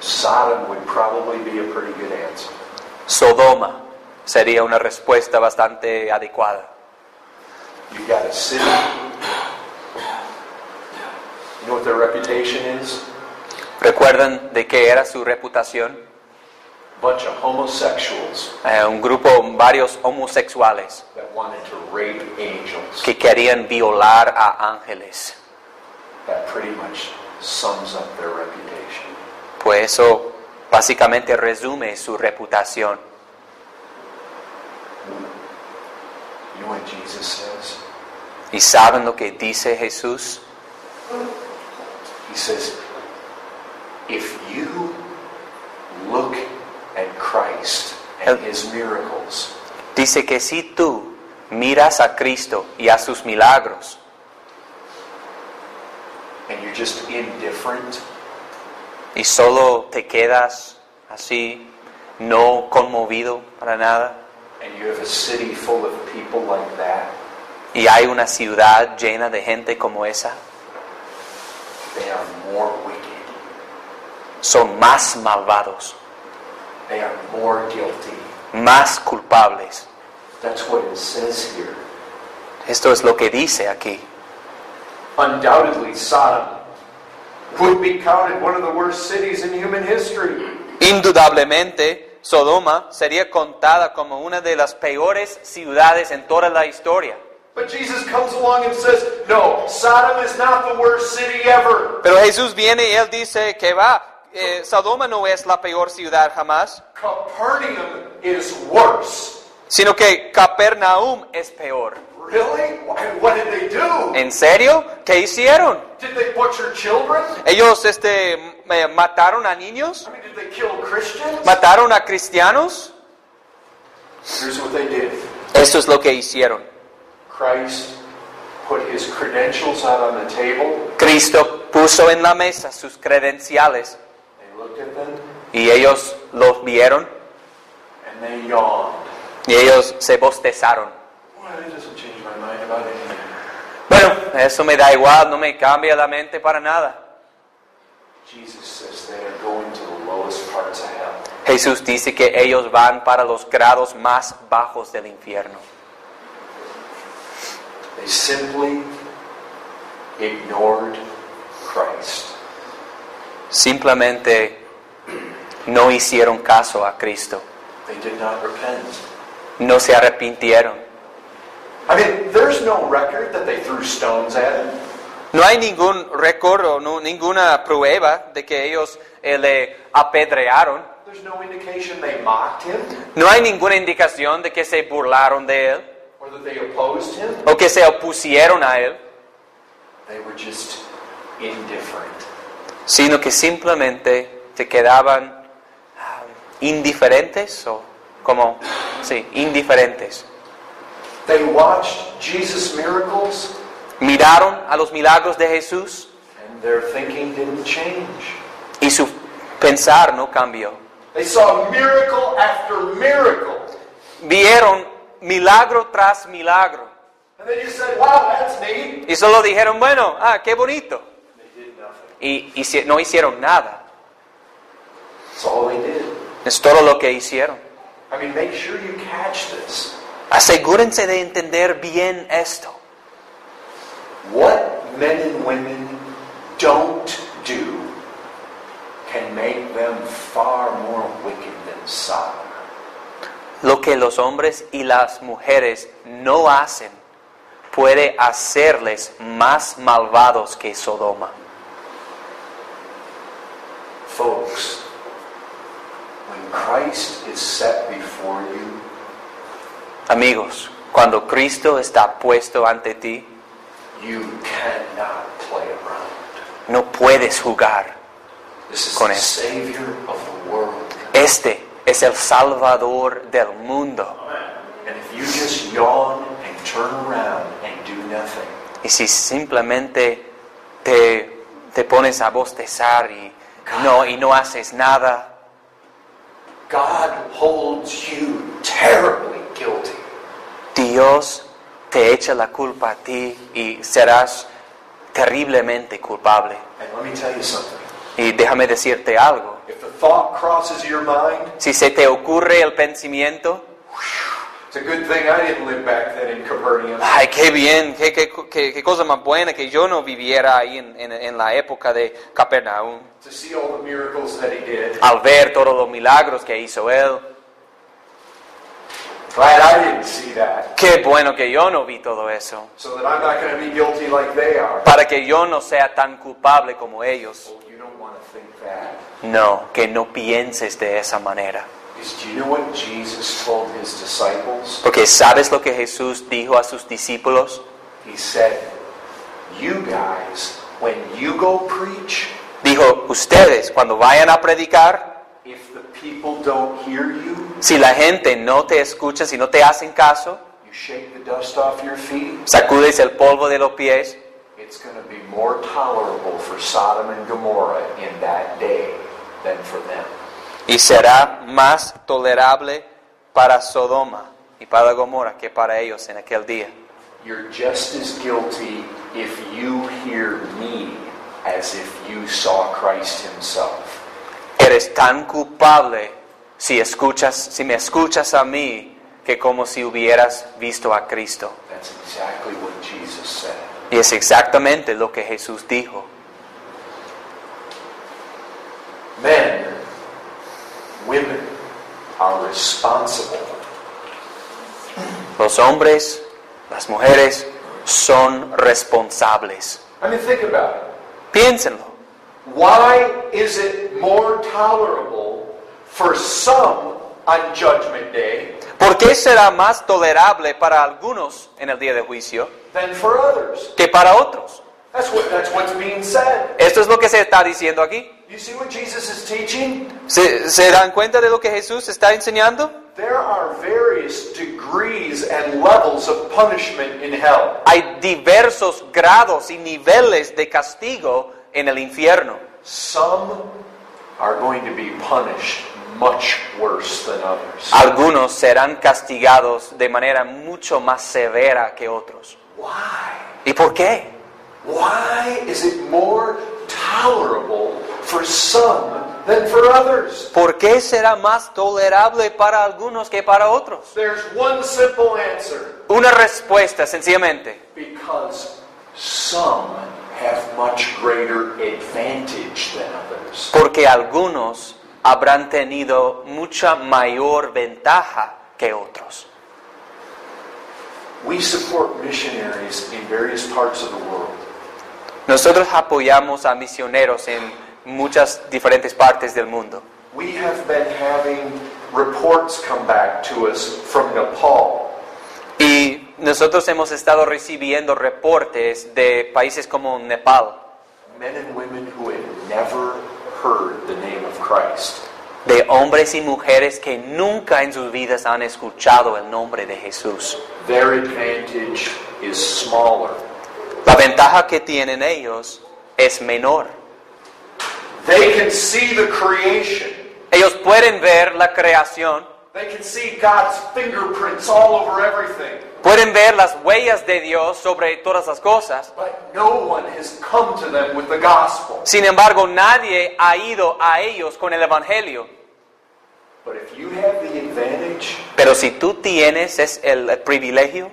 S1: Sodom would probably be a pretty good answer.
S2: Sodoma sería una respuesta bastante adecuada.
S1: You've got a city. You know what their reputation is?
S2: ¿Recuerdan de qué era su reputación?
S1: Bunch of homosexuals
S2: Eh, un grupo, varios homosexuales
S1: that wanted to rape angels.
S2: que querían violar a ángeles.
S1: That pretty much sums up their reputation.
S2: Pues eso básicamente resume su reputación.
S1: You know what Jesus says?
S2: ¿Y saben lo que dice Jesús?
S1: He says, if you look at Christ and
S2: And-
S1: his miracles,
S2: Dice que si tú miras a Cristo y a sus milagros
S1: and you're just indifferent,
S2: y solo te quedas así, no conmovido para nada,
S1: and you have a city full of people like that,
S2: y hay una ciudad llena de gente como esa,
S1: they are more wicked.
S2: son más malvados,
S1: They are more guilty.
S2: más culpables.
S1: That's what it says here.
S2: Esto es lo que dice aquí.
S1: Undoubtedly, Sodom would be counted one of the worst cities in human history.
S2: Indudablemente, Sodoma sería contada como una de las peores ciudades en toda la historia.
S1: But Jesus comes along and says, No, Sodom is not the worst city ever.
S2: Pero Jesús viene y él dice que va, eh, Sodoma no es la peor ciudad jamás,
S1: Capernaum is worse.
S2: sino que Capernaum es peor.
S1: Really? Why, what did they do?
S2: ¿En serio? ¿Qué hicieron?
S1: Did they butcher children?
S2: ¿Ellos este, m- eh, mataron a niños?
S1: I mean, did they kill Christians?
S2: ¿Mataron a cristianos?
S1: Here's what they did
S2: Eso es lo que hicieron.
S1: Christ put his credentials out on the table.
S2: Cristo puso en la mesa sus credenciales
S1: They looked at them
S2: y ellos los vieron
S1: and they yawned.
S2: y ellos se bostezaron.
S1: Well, it doesn't change my mind about anything.
S2: Bueno, eso me da igual, no me cambia la mente para nada.
S1: Jesus says they are going to the lowest parts of hell.
S2: Jesús dice que ellos van para los grados más bajos del infierno.
S1: They simply ignored Christ.
S2: Simplemente no hicieron caso a Cristo,
S1: They did not repent.
S2: no se arrepintieron.
S1: I mean, there's no record that they threw stones at him.
S2: No hay ningún récord o no- ninguna prueba de que ellos eh, le apedrearon.
S1: There's no indication they mocked him
S2: No hay ninguna indicación de que se burlaron de él
S1: or that they opposed him.
S2: o que se opusieron a él,
S1: They were just indifferent.
S2: sino que simplemente se quedaban ah, indiferentes o como, sí, indiferentes.
S1: They watched Jesus' miracles
S2: Miraron a los milagros de Jesús
S1: and their thinking didn't change.
S2: y su pensar no cambió.
S1: They saw miracle after miracle.
S2: Vieron milagro tras milagro
S1: And they just said, wow, that's neat.
S2: y solo dijeron, bueno, ah, qué bonito.
S1: They did nothing.
S2: Y, hici- no hicieron nada.
S1: That's all they did.
S2: Es todo lo que hicieron.
S1: I mean, make sure you catch this.
S2: Asegúrense de entender bien esto.
S1: What men and women don't do can make them far more wicked than Sodom.
S2: Lo que los hombres y las mujeres no hacen puede hacerles más malvados que Sodoma.
S1: Folks, when Christ is set before you,
S2: Amigos, cuando Cristo está puesto ante ti,
S1: you cannot play around.
S2: no puedes jugar.
S1: This is
S2: Con
S1: the
S2: él.
S1: Savior of the world.
S2: Este es el Salvador del mundo.
S1: And if you just yawn and turn around and do nothing,
S2: Y si simplemente te, te pones a bostezar y no, y no haces nada,
S1: God holds you terribly guilty.
S2: Dios te echa la culpa a ti y serás terriblemente culpable.
S1: And let me tell you something.
S2: Y déjame decirte algo.
S1: If the thought crosses your mind,
S2: Si se te ocurre el pensamiento,
S1: it's a good thing I didn't live back then in Capernaum.
S3: Ay, qué bien, qué, qué- qué- qué cosa más buena que yo no viviera ahí en, en- en la época de Capernaum.
S1: To see all the miracles that he did.
S2: al ver todos los milagros que hizo él,
S1: Glad I didn't see that.
S2: qué bueno que yo no vi todo eso,
S1: So that I'm not going to be guilty like they are.
S2: para que yo no sea tan culpable como ellos.
S1: Oh, you don't want to think that.
S2: No, que no pienses de esa manera.
S1: Because do you know what Jesus told his disciples?
S2: Porque ¿sabes lo que Jesús dijo a sus discípulos?
S1: He said, You guys, when you go preach,
S2: Dijo, ustedes cuando vayan a predicar,
S1: if the people don't hear you,
S2: si la gente no te escucha, si no te hacen caso,
S1: you shake the dust off your feet,
S2: sacudes el polvo de los pies,
S1: it's going to be more tolerable for Sodom and Gomorrah in that day than for them.
S3: Y será más tolerable para Sodoma y para Gomorra que para ellos en aquel día.
S1: You're just as guilty if you hear me as if you saw Christ himself.
S2: Eres tan culpable si escuchas, si me escuchas a mí, que como si hubieras visto a Cristo.
S1: That's exactly what Jesus said.
S2: Y es exactamente lo que Jesús dijo.
S1: Men, women are responsible
S2: Los hombres, las mujeres son responsables.
S1: I mean, think about it.
S2: Piénsenlo.
S1: Why is it more tolerable for some on Judgment Day
S2: ¿Por qué será más tolerable para algunos en el día de juicio
S1: than for others?
S2: que para otros?
S1: That's what that's what's being said.
S2: Esto es lo que se está diciendo aquí.
S1: You see what Jesus is teaching?
S3: ¿Se, se dan cuenta de lo que Jesús está enseñando?
S1: There are various degrees and levels of punishment in hell.
S2: Hay diversos grados y niveles de castigo en el infierno.
S1: Some are going to be punished much worse than others.
S2: Algunos serán castigados de manera mucho más severa que otros.
S1: Why?
S2: ¿Y por qué?
S1: Why is it more tolerable for some than for others?
S2: ¿Por qué será más tolerable para algunos que para otros?
S1: There's one simple answer
S2: Una respuesta, sencillamente,
S1: because some have much greater advantage than others.
S2: porque algunos habrán tenido mucha mayor ventaja que otros.
S1: We support missionaries in various parts of the world.
S2: Nosotros apoyamos a misioneros en muchas diferentes partes del mundo.
S1: We have been having reports come back to us from Nepal.
S2: Y nosotros hemos estado recibiendo reportes de países como Nepal,
S1: Men and women who had never heard the name of Christ.
S2: de hombres y mujeres que nunca en sus vidas han escuchado el nombre de Jesús.
S1: Their advantage is smaller
S2: La ventaja que tienen ellos es menor.
S1: They can see the creation.
S2: Ellos pueden ver la creación,
S1: They can see God's fingerprints all over everything.
S2: pueden ver las huellas de Dios sobre todas las cosas.
S1: But no one has come to them with the gospel.
S2: Sin embargo, nadie ha ido a ellos con el Evangelio.
S1: But if you have the advantage,
S2: Pero si tú tienes es el privilegio,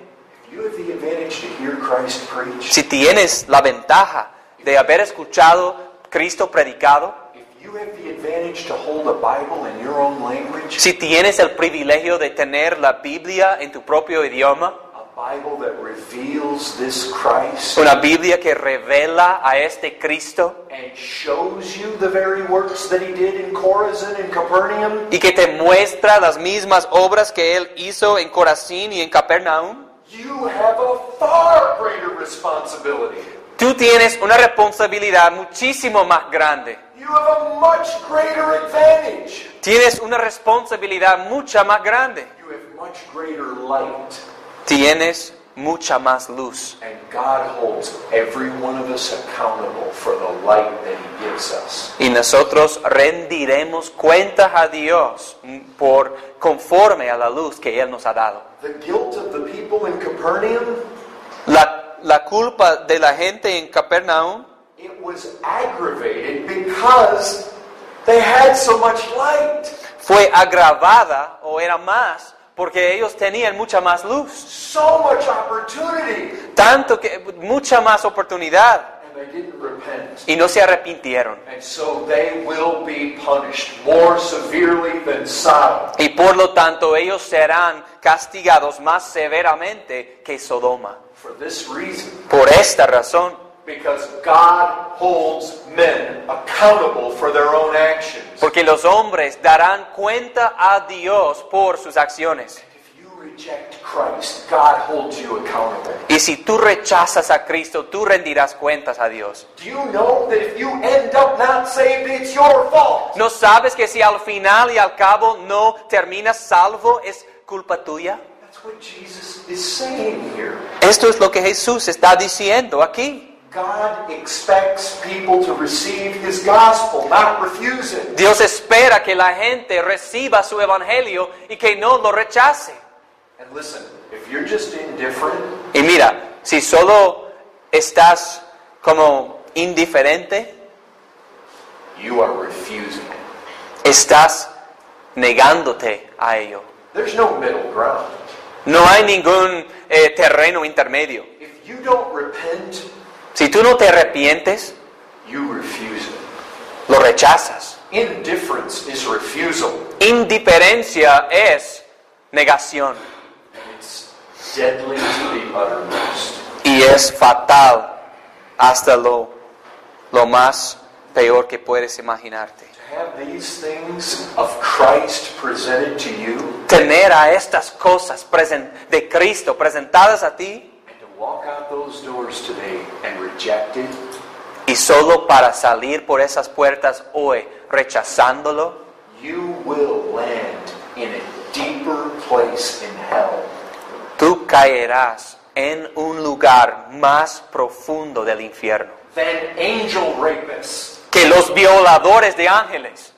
S1: if you have the advantage to hear Christ preach,
S2: si tienes la ventaja de haber escuchado Cristo predicado,
S1: if you have the advantage to hold a Bible in your own language,
S2: si tienes el privilegio de tener la Biblia en tu propio idioma,
S1: a Bible that reveals this Christ
S2: Una Biblia que revela a este Cristo
S1: and shows you the very works that he did in Chorazin and Capernaum,
S3: Y que te muestra las mismas obras que él hizo en Corazín y en Capernaum.
S1: you have a far greater responsibility.
S2: tú tienes una responsabilidad muchísimo más grande.
S1: You have a much greater advantage.
S2: Tienes una responsabilidad mucha más grande.
S1: You have much greater light.
S2: Tienes mucha más luz.
S1: And God holds every one of us accountable for the light that He gives us.
S2: Y nosotros rendiremos cuentas a Dios por conforme a la luz que Él nos ha dado.
S1: The guilt of the people in Capernaum,
S4: La, la culpa de la gente en Capernaum
S1: it was aggravated because they had so much light.
S2: fue agravada o era más porque ellos tenían mucha más luz,
S1: So much opportunity.
S2: tanto que mucha más oportunidad
S1: And they didn't repent.
S2: y no se arrepintieron.
S1: And so they will be punished more severely than Sodom.
S2: Y por lo tanto ellos serán castigados más severamente que Sodoma.
S1: For this reason,
S2: Por esta razón,
S1: because God holds men accountable for their own actions.
S2: porque los hombres darán cuenta a Dios por sus acciones.
S1: If you reject Christ, God holds you accountable.
S2: Y si tú rechazas a Cristo, tú rendirás cuentas a Dios.
S1: Do you know that if you end up not saved, it's your fault?
S2: ¿No sabes que si al final y al cabo no terminas salvo, es culpa tuya?
S1: That's what Jesus is saying here.
S2: Esto es lo que Jesús está diciendo aquí.
S1: God expects people to receive his gospel, not refuse it.
S2: Dios espera que la gente reciba su evangelio y que no lo rechace.
S1: And listen, if you're just indifferent,
S2: Y mira, si solo estás como indiferente,
S1: you are refusing it.
S2: estás negándote a ello.
S1: There's no middle ground.
S2: No hay ningún eh, terreno intermedio.
S1: If you don't repent,
S2: Si tú no te arrepientes,
S1: you refuse it.
S2: lo rechazas.
S1: Indifference is refusal.
S2: Indiferencia es negación
S1: And it's deadly to the uttermost.
S2: y es fatal hasta lo, lo más peor que puedes imaginarte.
S1: To have these things of Christ presented to you
S2: Tener a estas cosas presen- de Cristo presentadas a ti
S1: and to walk out those doors today and reject it,
S2: y solo para salir por esas puertas hoy rechazándolo,
S1: you will land in a deeper place in hell.
S2: tú caerás en un lugar más profundo del infierno
S1: Than angel rapists,
S2: que los violadores de ángeles,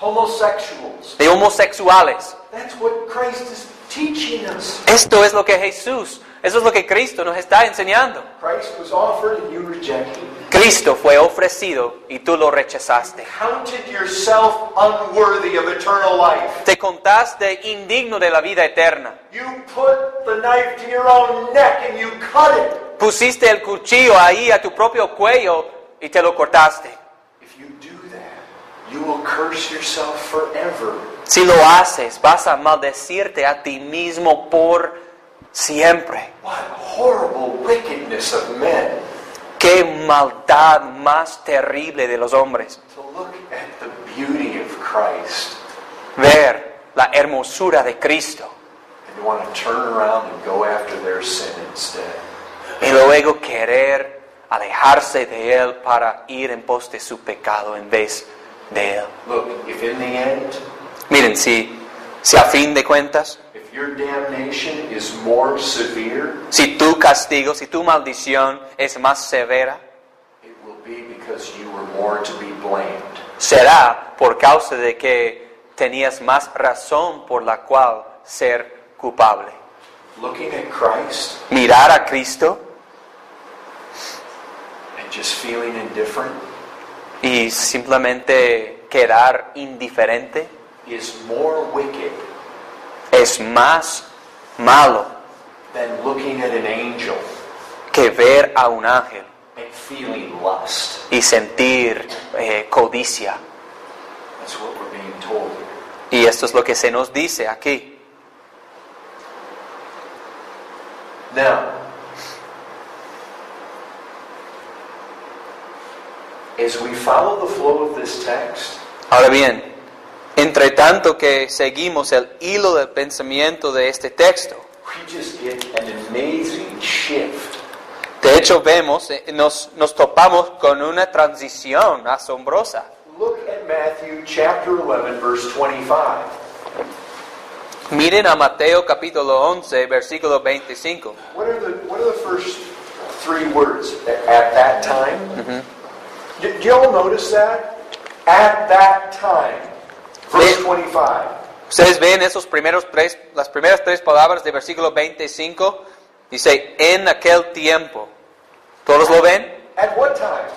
S1: homosexuals.
S2: de homosexuales.
S1: That's what Christ is teaching us.
S2: Esto es lo que Jesús, eso es lo que Cristo nos está enseñando.
S1: Christ was offered and you rejected.
S2: Cristo fue ofrecido y tú lo rechazaste.
S1: Counted yourself unworthy of eternal life.
S2: Te contaste indigno de la vida eterna.
S1: You put the knife to your own neck and you cut it.
S2: Pusiste el cuchillo ahí a tu propio cuello y te lo cortaste.
S1: If you do that, you will curse yourself forever.
S2: Si lo haces, vas a maldecirte a ti mismo por siempre.
S1: What horrible wickedness of men
S2: Qué maldad más terrible de los hombres.
S1: to look at the beauty of Christ
S2: Ver la hermosura de Cristo
S1: and want to turn around and go after their sin instead.
S2: y luego querer alejarse de Él para ir en pos de su pecado en vez de Él.
S1: Look, if in the end,
S2: Miren, si, si a fin de cuentas,
S1: if your damnation is more severe,
S2: si tu castigo, si tu maldición es más severa,
S1: it will be because you were more to be blamed.
S2: será por causa de que tenías más razón por la cual ser culpable.
S1: Looking at Christ
S2: Mirar a Cristo
S1: and just feeling indifferent
S2: y simplemente quedar indiferente
S1: is more wicked
S2: es más malo
S1: than looking at an angel
S2: que ver a un ángel
S1: and feeling lust.
S2: y sentir eh, codicia.
S1: That's what we're being told here.
S2: Y esto es lo que se nos dice aquí.
S1: Now, as we follow the flow of this text,
S4: Ahora bien, entre tanto que seguimos el hilo del pensamiento de este texto,
S1: we just get an amazing shift
S4: de hecho vemos, eh, nos, nos topamos con una transición asombrosa.
S1: Look at Matthew chapter 11, verse 25.
S2: Miren a Mateo capítulo 11, versículo 25.
S1: What are the What are the first three words at, at that time? Do, do y'all notice that? At that time, verse
S2: Yeah.
S1: twenty-five.
S2: Ustedes ven esos primeros tres, las primeras tres palabras del versículo 25. Dice, en aquel tiempo. ¿Todos lo ven?
S1: At what time?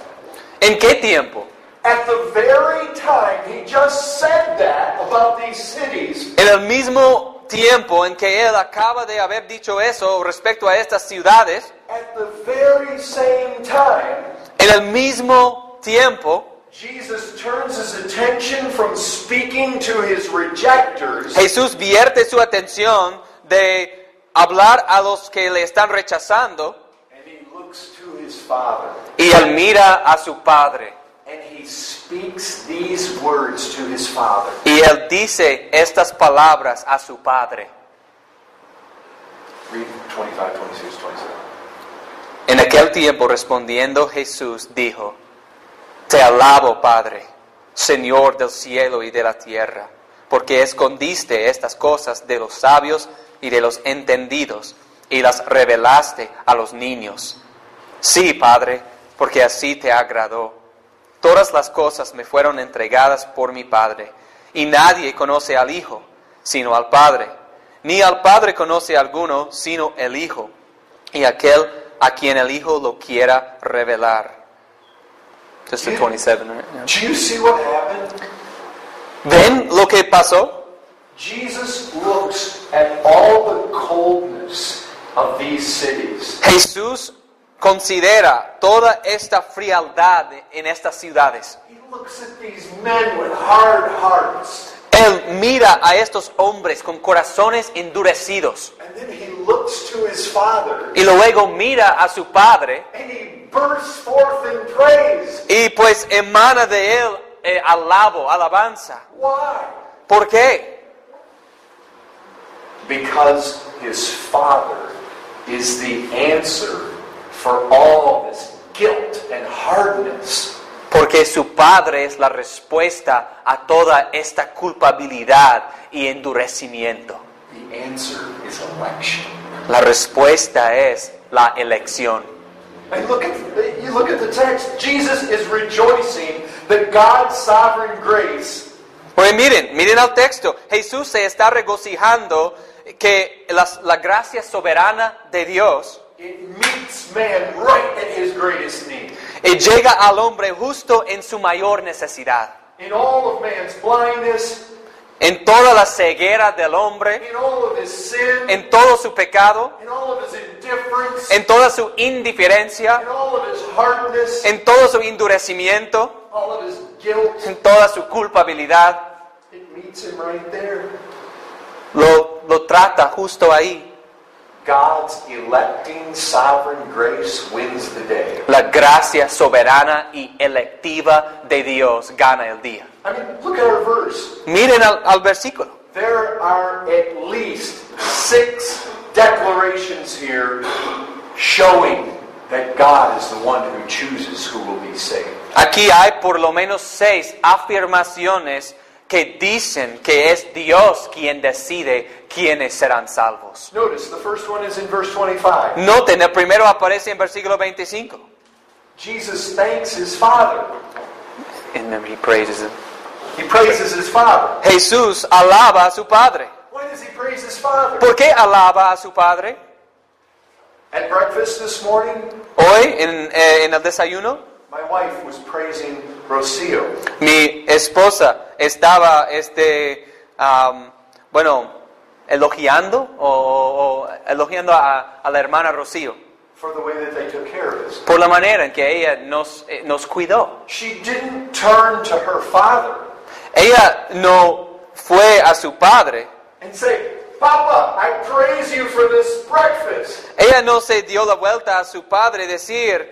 S2: ¿En qué tiempo?
S1: At the very time he just said that about these cities,
S2: En el mismo tiempo en que él acaba de haber dicho eso respecto a estas ciudades,
S1: at the very same time,
S2: en el mismo tiempo,
S1: Jesus turns his attention from speaking to his rejectors
S2: Jesús vierte su atención de hablar a los que le están rechazando
S1: and he looks to his Father.
S2: y él mira a su Padre.
S1: And he speaks these words to his Father.
S2: Y él dice estas palabras a su Padre.
S1: Read 25, 26, 27.
S2: En aquel tiempo respondiendo Jesús dijo, Te alabo Padre, Señor del cielo y de la tierra, porque escondiste estas cosas de los sabios y de los entendidos y las revelaste a los niños. Sí, Padre, porque así te agradó. Todas las cosas me fueron entregadas por mi Padre, y nadie conoce al Hijo, sino al Padre, ni al Padre conoce a alguno, sino el Hijo, y aquel a quien el Hijo lo quiera revelar. Just the 27, right? Yeah.
S1: Do you see what happened?
S2: ¿Ven lo que pasó?
S1: Jesus looks at all the coldness of these cities
S2: Jesús considera toda esta frialdad en estas ciudades.
S1: He looks at these men with hard hearts,
S2: Él mira a estos hombres con corazones endurecidos
S1: and then he looks to his father,
S2: y luego mira a su padre
S1: and he bursts forth in praise.
S2: y pues emana de él eh, alabo, alabanza.
S1: Why?
S2: ¿Por qué?
S1: Because his father is the answer for all this guilt and hardness.
S2: Porque su padre es la respuesta a toda esta culpabilidad y endurecimiento.
S1: The answer is election.
S2: La respuesta es la elección.
S1: And look at you look at the text. Jesus is rejoicing that God's sovereign grace
S2: Porque miren, miren al texto. Jesús se está regocijando que las- la gracia soberana de Dios
S1: it meets man right at his greatest need.
S2: eh, llega al hombre justo en su mayor necesidad.
S1: In all of man's blindness,
S2: En toda la ceguera del hombre,
S1: in all of his sin,
S2: en todo su pecado,
S1: in all of his indifference,
S2: en toda su indiferencia,
S1: in all of his hardness,
S2: en todo su endurecimiento,
S1: all of his guilt,
S2: en toda su culpabilidad,
S1: it meets him right there.
S2: lo, lo trata justo ahí.
S1: God's electing sovereign grace wins the day.
S2: La gracia soberana y electiva de Dios gana el día.
S1: I mean, look at our verse.
S2: Miren al- al versículo.
S1: There are at least six declarations here showing that God is the one who chooses who will be saved.
S2: Aquí hay por lo menos seis afirmaciones que dicen que es Dios quien decide quiénes serán salvos.
S1: Notice the first one is in verse 25.
S2: Noten, el primero aparece en versículo 25.
S1: Jesus thanks his Father.
S2: And then he praises him.
S1: He praises his Father.
S2: Jesús alaba a su Padre.
S1: Why does he praise his Father?
S2: ¿Por qué alaba a su Padre?
S1: At breakfast this morning,
S2: Hoy, en, eh, en el desayuno,
S1: my wife was praising Rocio.
S2: mi esposa estaba, este, am, bueno, elogiando o, o elogiando a, a la hermana Rocío
S1: for the way that they took care of us.
S2: por la manera en que ella nos, eh, nos cuidó.
S1: She didn't turn to her father
S2: Ella no fue a su padre.
S1: and say, Papa, I praise you for this breakfast.
S2: Ella no se dio la vuelta a su padre y decir,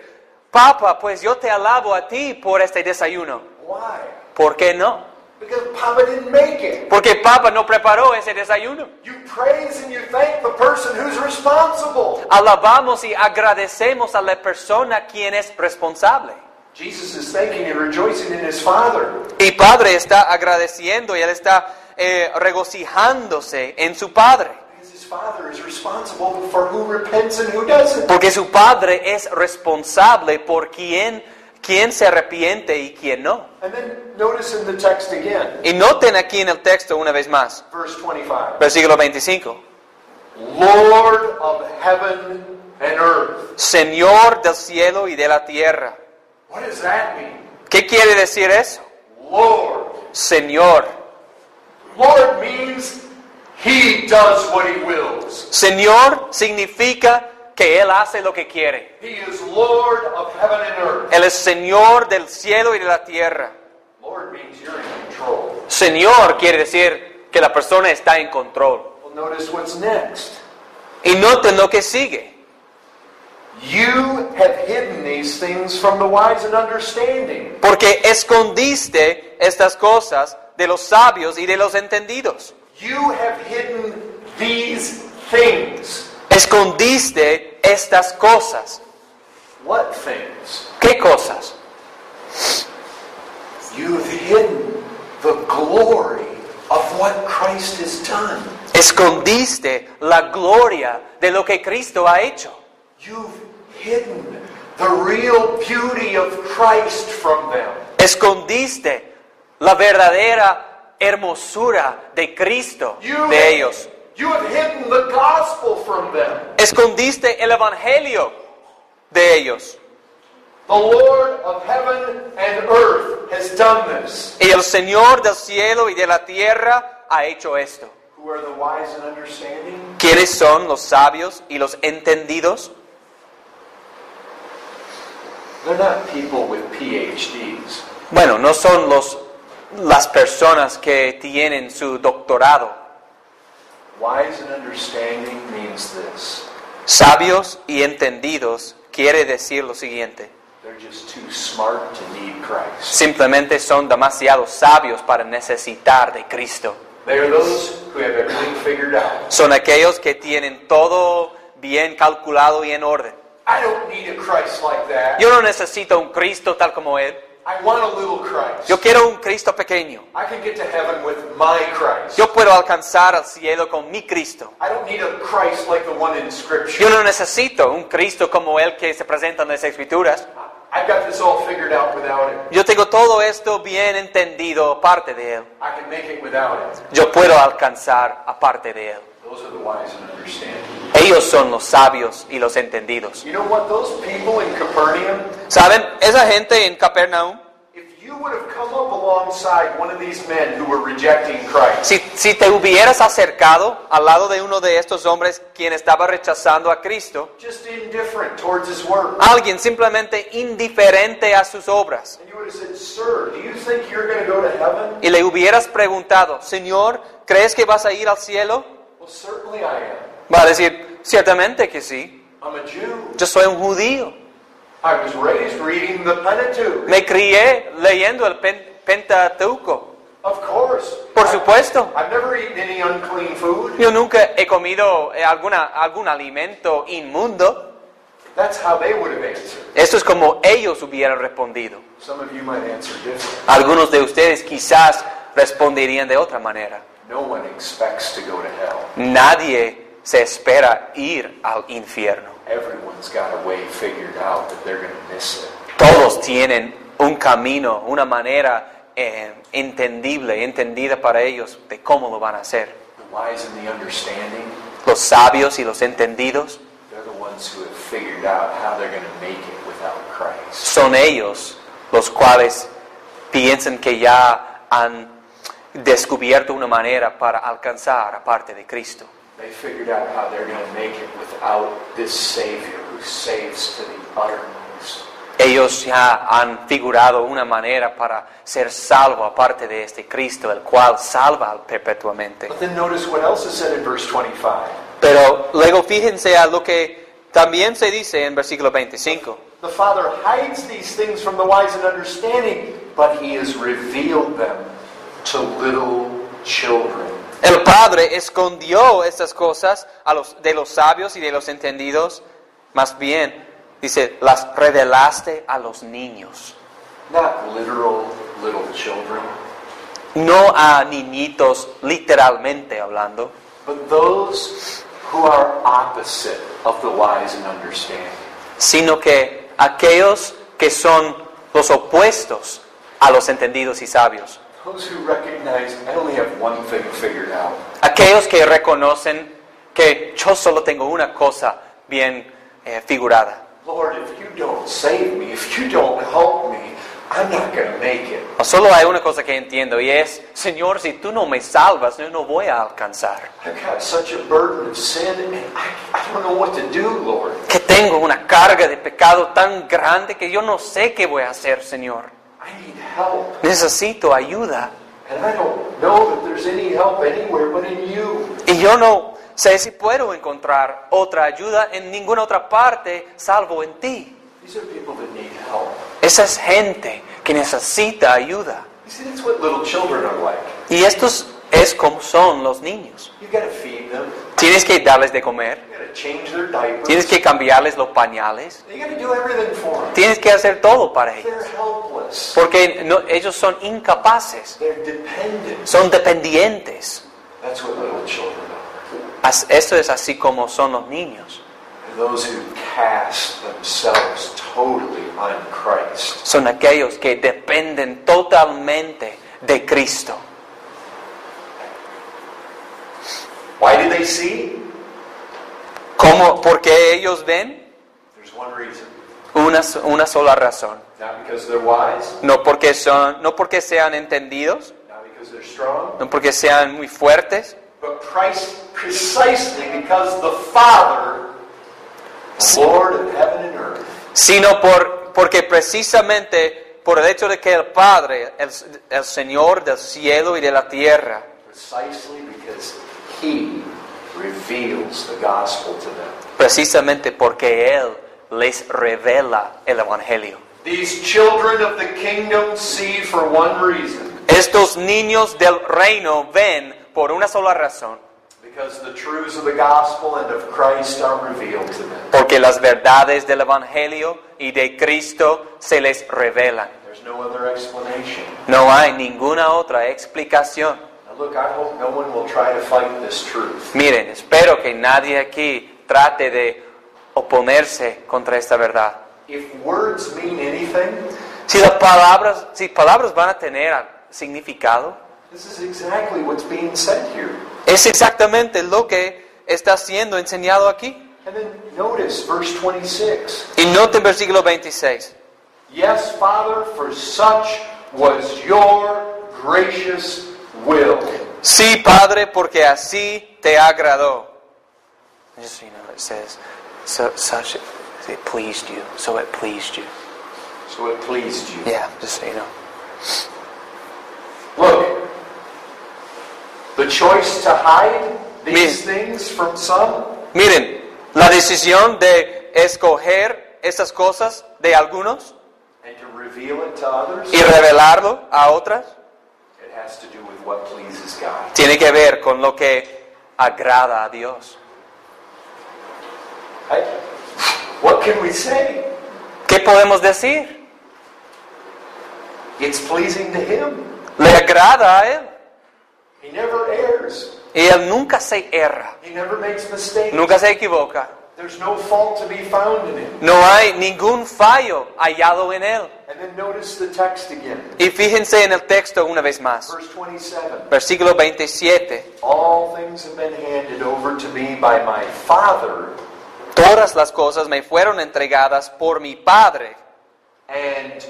S2: Papa, pues yo te alabo a ti por este desayuno.
S1: Why?
S2: ¿Por qué no?
S1: Because Papa didn't make it.
S2: Porque Papa no preparó ese desayuno.
S1: You praise and you thank the person who's responsible.
S2: Alabamos y agradecemos a la persona quien es responsable.
S1: Jesus is thanking and rejoicing in his father.
S2: Y Padre está agradeciendo y Él está eh, regocijándose en su Padre.
S1: Because his father is responsible for who repents and who doesn't.
S2: Porque su Padre es responsable por quién, quién se arrepiente y quién no.
S1: And then notice in the text again,
S2: Y noten aquí en el texto una vez más,
S1: verse 25.
S2: versículo 25.
S1: Lord of heaven and earth.
S2: Señor del cielo y de la tierra.
S1: What does that mean?
S2: ¿Qué quiere decir eso?
S1: Lord.
S2: Señor.
S1: Lord means he does what he wills.
S2: Señor significa que Él hace lo que quiere.
S1: He is Lord of heaven and earth.
S2: Él es Señor del cielo y de la tierra.
S1: Lord means you're in control.
S2: Señor quiere decir que la persona está en control.
S1: Well, notice what's next.
S2: Y noten lo que sigue.
S1: You have hidden these things from the wise and understanding.
S2: Porque escondiste estas cosas de los sabios y de los entendidos.
S1: You have hidden these things.
S2: Escondiste estas cosas.
S1: What things?
S2: ¿Qué cosas?
S1: You've hidden the glory of what Christ has done.
S2: Escondiste la gloria de lo que Cristo ha hecho.
S1: You've hidden the real beauty of Christ from them.
S2: Escondiste la verdadera hermosura de Cristo
S1: You-
S2: de ellos.
S1: You have hidden the gospel from them.
S2: Escondiste el evangelio de ellos.
S1: The Lord of heaven and earth has done this.
S2: Y el Señor del cielo y de la tierra ha hecho esto.
S1: Who are the wise and understanding?
S2: ¿Quiénes son los sabios y los entendidos?
S1: They're not people with PhDs.
S2: Bueno, no son los, las personas que tienen su doctorado.
S1: Wise and understanding means this
S2: Sabios y entendidos quiere decir lo siguiente.
S1: they're just too smart to need Christ.
S2: Simplemente son demasiado sabios para necesitar de Cristo.
S1: They are those who have everything figured out.
S2: son aquellos que tienen todo bien calculado y en orden.
S1: I don't need a Christ like that.
S2: Yo no necesito un Cristo tal como Él.
S1: I want a little Christ.
S2: Yo quiero un Cristo pequeño.
S1: I can get to heaven with my Christ.
S2: Yo puedo alcanzar al cielo con mi Cristo.
S1: I don't need a Christ like the one in Scripture.
S2: Yo no necesito un Cristo como el que se presenta en las Escrituras.
S1: I've got this all figured out without it.
S2: Yo tengo todo esto bien entendido aparte de Él.
S1: I can make it without it.
S2: Yo puedo alcanzar aparte de Él.
S1: Those are the wise and understanding.
S2: Ellos son los sabios y los entendidos.
S1: You know what? Those people in Capernaum,
S2: ¿Saben? Esa gente en Capernaum,
S1: if you would have come up alongside one of these men who were rejecting Christ,
S2: si, si te hubieras acercado al lado de uno de estos hombres quien estaba rechazando a Cristo,
S1: just indifferent towards his work,
S2: alguien simplemente indiferente a sus obras
S1: and you would have said, Sir, do you think you're going to go to heaven?
S2: y le hubieras preguntado, Señor, ¿crees que vas a ir al cielo?
S1: Well, certainly I am.
S2: Va a decir, ciertamente que sí,
S1: I'm a Jew.
S2: yo soy un judío,
S1: I was raised reading the Pentateuch.
S2: me crié leyendo el Pen- Pentateuco,
S1: Of course.
S2: por
S1: I-
S2: supuesto.
S1: I've never eaten any unclean food.
S2: Yo nunca he comido eh, alguna, algún alimento inmundo.
S1: That's how they would have answered.
S2: Esto es como ellos hubieran respondido.
S1: Some of you might answer different.
S2: Algunos de ustedes quizás responderían de otra manera.
S1: No one expects to go to hell.
S2: Nadie se espera ir al infierno.
S1: Everyone's got a way figured out that they're going to miss it.
S2: Todos tienen un camino, una manera eh, entendible, entendida para ellos de cómo lo van a hacer.
S1: The wise and the understanding,
S2: Los sabios y los entendidos
S1: they're the ones who have figured out how they're going to make it without Christ.
S2: son ellos los cuales piensan que ya han descubierto una manera para alcanzar aparte de Cristo.
S1: They figured out how they're going to make it without this Savior who saves to the uttermost.
S2: Ellos ya han figurado una manera para ser salvo aparte de este Cristo, el cual salva perpetuamente.
S1: But then notice what else is said in verse 25.
S2: Pero luego fíjense a lo que también se dice en versículo 25.
S1: The Father hides these things from the wise and understanding, but He has revealed them to little children.
S2: El Padre escondió estas cosas a los, de los sabios y de los entendidos, más bien, dice, las revelaste a los niños.
S1: Not literal little children,
S2: no a niñitos literalmente hablando,
S1: but those who are opposite of the wise and understanding.
S2: sino que aquellos que son los opuestos a los entendidos y sabios.
S1: Those who recognize, I only have one thing figured out.
S2: Aquellos que reconocen que yo solo tengo una cosa bien eh, figurada.
S1: Lord, if you don't save me, if you don't help me, I'm not going to make it.
S2: O Solo hay una cosa que entiendo y es, Señor, si tú no me salvas, yo no voy a alcanzar.
S1: I've got such a burden of sin, and I, I don't know what to do, Lord.
S2: Que tengo una carga de pecado tan grande que yo no sé qué voy a hacer, Señor.
S1: I need help.
S2: Necesito ayuda.
S1: And I don't know that there's any help anywhere but in you.
S2: Y yo no sé si puedo encontrar otra ayuda en ninguna otra parte salvo en ti.
S1: These are people that need help.
S2: Esa es gente que necesita ayuda.
S1: You see, that's what little children are like.
S2: Y estos es como son los niños.
S1: You've got to feed them.
S2: Tienes que darles de comer,
S1: You've got to change their diapers.
S2: tienes que cambiarles los pañales,
S1: you got to do everything for them.
S2: tienes que hacer todo para ellos.
S1: They're helpless.
S2: Porque no- ellos son incapaces,
S1: They're dependent.
S2: son dependientes.
S1: That's what little children are.
S2: As- Esto es así como son los niños.
S1: They're those who cast themselves totally on Christ.
S2: Son aquellos que dependen totalmente de Cristo.
S1: Why do they see?
S2: ¿Cómo? ¿Por qué ellos ven?
S1: There's one reason.
S2: Una, so- una sola razón.
S1: Not because they're wise,
S2: No porque, son, no porque sean entendidos,
S1: not because they're strong,
S2: no porque sean muy fuertes,
S1: but Christ precisely because the Father, the Lord of heaven and earth,
S2: sino por, porque precisamente por el hecho de que el Padre, el, el Señor del cielo y de la tierra,
S1: precisely because He reveals the gospel to them.
S2: precisamente porque Él les revela el Evangelio.
S1: These children of the kingdom see for one reason
S2: Estos niños del reino ven por una sola razón,
S1: because the truths of the gospel and of Christ are revealed to them.
S2: porque las verdades del Evangelio y de Cristo se les revelan.
S1: There's no other explanation.
S2: No hay ninguna otra explicación.
S1: Now, look, I hope no one will try to fight this truth.
S2: Miren, espero que nadie aquí trate de oponerse contra esta verdad.
S1: If words mean anything,
S2: Si las palabras, si palabras van a tener significado,
S1: this is exactly what's being said here.
S2: es exactamente lo que está siendo enseñado aquí.
S1: And then notice verse 26.
S2: Y noten versículo 26.
S1: Yes, Father, for such was your gracious will.
S2: Sí, Padre, porque así te agradó. Just, you know, it says, so, such, it pleased you, so it pleased you.
S1: So it pleased you.
S2: Yeah, just so you know.
S1: Look, the choice to hide these
S2: Me-
S1: things from some,
S2: Miren, la decisión de escoger estas cosas de algunos
S1: and to reveal it to others,
S2: y revelarlo a otras
S1: it has to do with what pleases God.
S2: tiene que ver con lo que agrada a Dios.
S1: I- What can we say?
S2: ¿Qué podemos decir?
S1: It's pleasing to Him.
S2: Le agrada a Él.
S1: He never errs.
S2: Y Él nunca se erra,
S1: He never makes mistakes.
S2: nunca se equivoca.
S1: There's no fault to be found in Him.
S2: No hay ningún fallo hallado en Él.
S1: And then notice the text again.
S2: Y fíjense en el texto una vez más.
S1: Verse 27.
S2: Versículo 27.
S1: All things have been handed over to me by my Father,
S2: Todas las cosas me fueron entregadas por mi Padre.
S1: and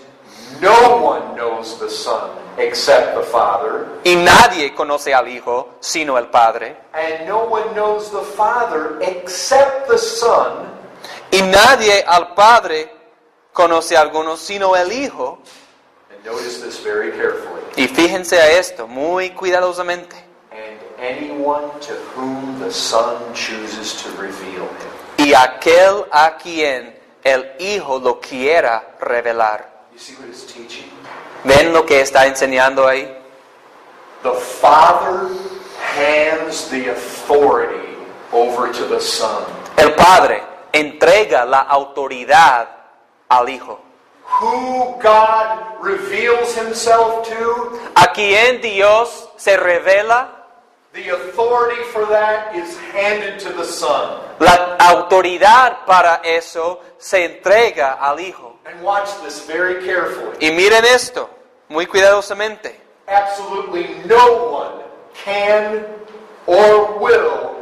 S1: no one knows the Son except the Father,
S2: Y nadie conoce al Hijo sino el Padre.
S1: and no one knows the Father except the Son,
S2: Y nadie al Padre conoce a alguno sino el Hijo.
S1: and notice this very carefully,
S2: Y fíjense a esto muy cuidadosamente.
S1: and anyone to whom the Son chooses to reveal him.
S2: Y aquel a quien el Hijo lo quiera revelar.
S1: You see what it's teaching?
S2: ¿Ven lo que está enseñando ahí?
S1: The Father hands the authority over to the Son.
S2: El Padre entrega la autoridad al Hijo.
S1: who God reveals himself to,
S2: a quien Dios se revela,
S1: the authority for that is handed to the Son.
S2: la autoridad para eso se entrega al Hijo.
S1: And watch this very carefully.
S2: Y miren esto, muy cuidadosamente.
S1: Absolutely no one can or will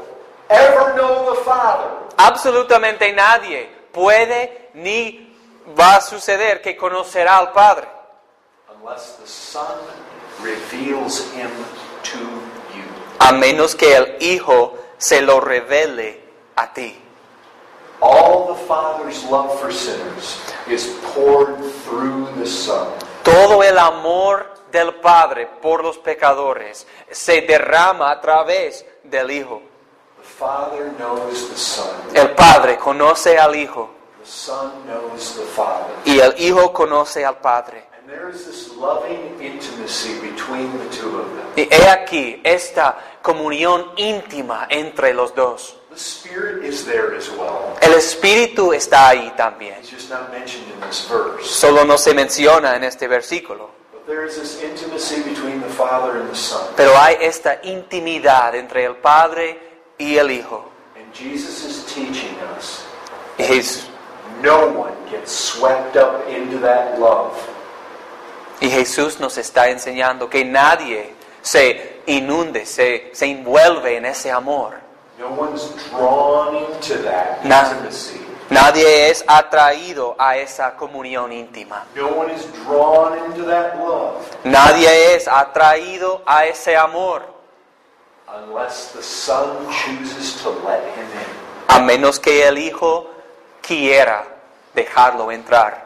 S1: ever know the Father
S2: Absolutamente nadie puede ni va a suceder que conocerá al Padre,
S1: unless the Son reveals him to you.
S2: a menos que el Hijo se lo revele a ti.
S1: All the Father's love for sinners is poured through the Son.
S2: Todo el amor del Padre por los pecadores se derrama a través del Hijo.
S1: The Father knows the Son.
S2: El Padre conoce al Hijo
S1: The Son knows the Father.
S2: y el Hijo conoce al Padre.
S1: And there is this loving intimacy between the two of them.
S2: Y he aquí esta comunión íntima entre los dos.
S1: The Spirit is there as well.
S2: El Espíritu está ahí también.
S1: It's just not mentioned in this verse.
S2: Solo no se menciona en este versículo.
S1: But there is this intimacy between the Father and the Son.
S2: Pero hay esta intimidad entre el Padre y el Hijo.
S1: And Jesus is teaching us
S2: Y Jes-
S1: no one gets swept up into that love.
S2: y Jesús nos está enseñando que nadie se inunde, se, se envuelve en ese amor.
S1: No one's drawn into that
S2: No.
S1: intimacy.
S2: Nadie es atraído a esa comunión íntima.
S1: No one is drawn into that love
S2: Nadie es atraído a ese amor.
S1: unless the Son chooses to let him in.
S2: a menos que el hijo quiera dejarlo entrar.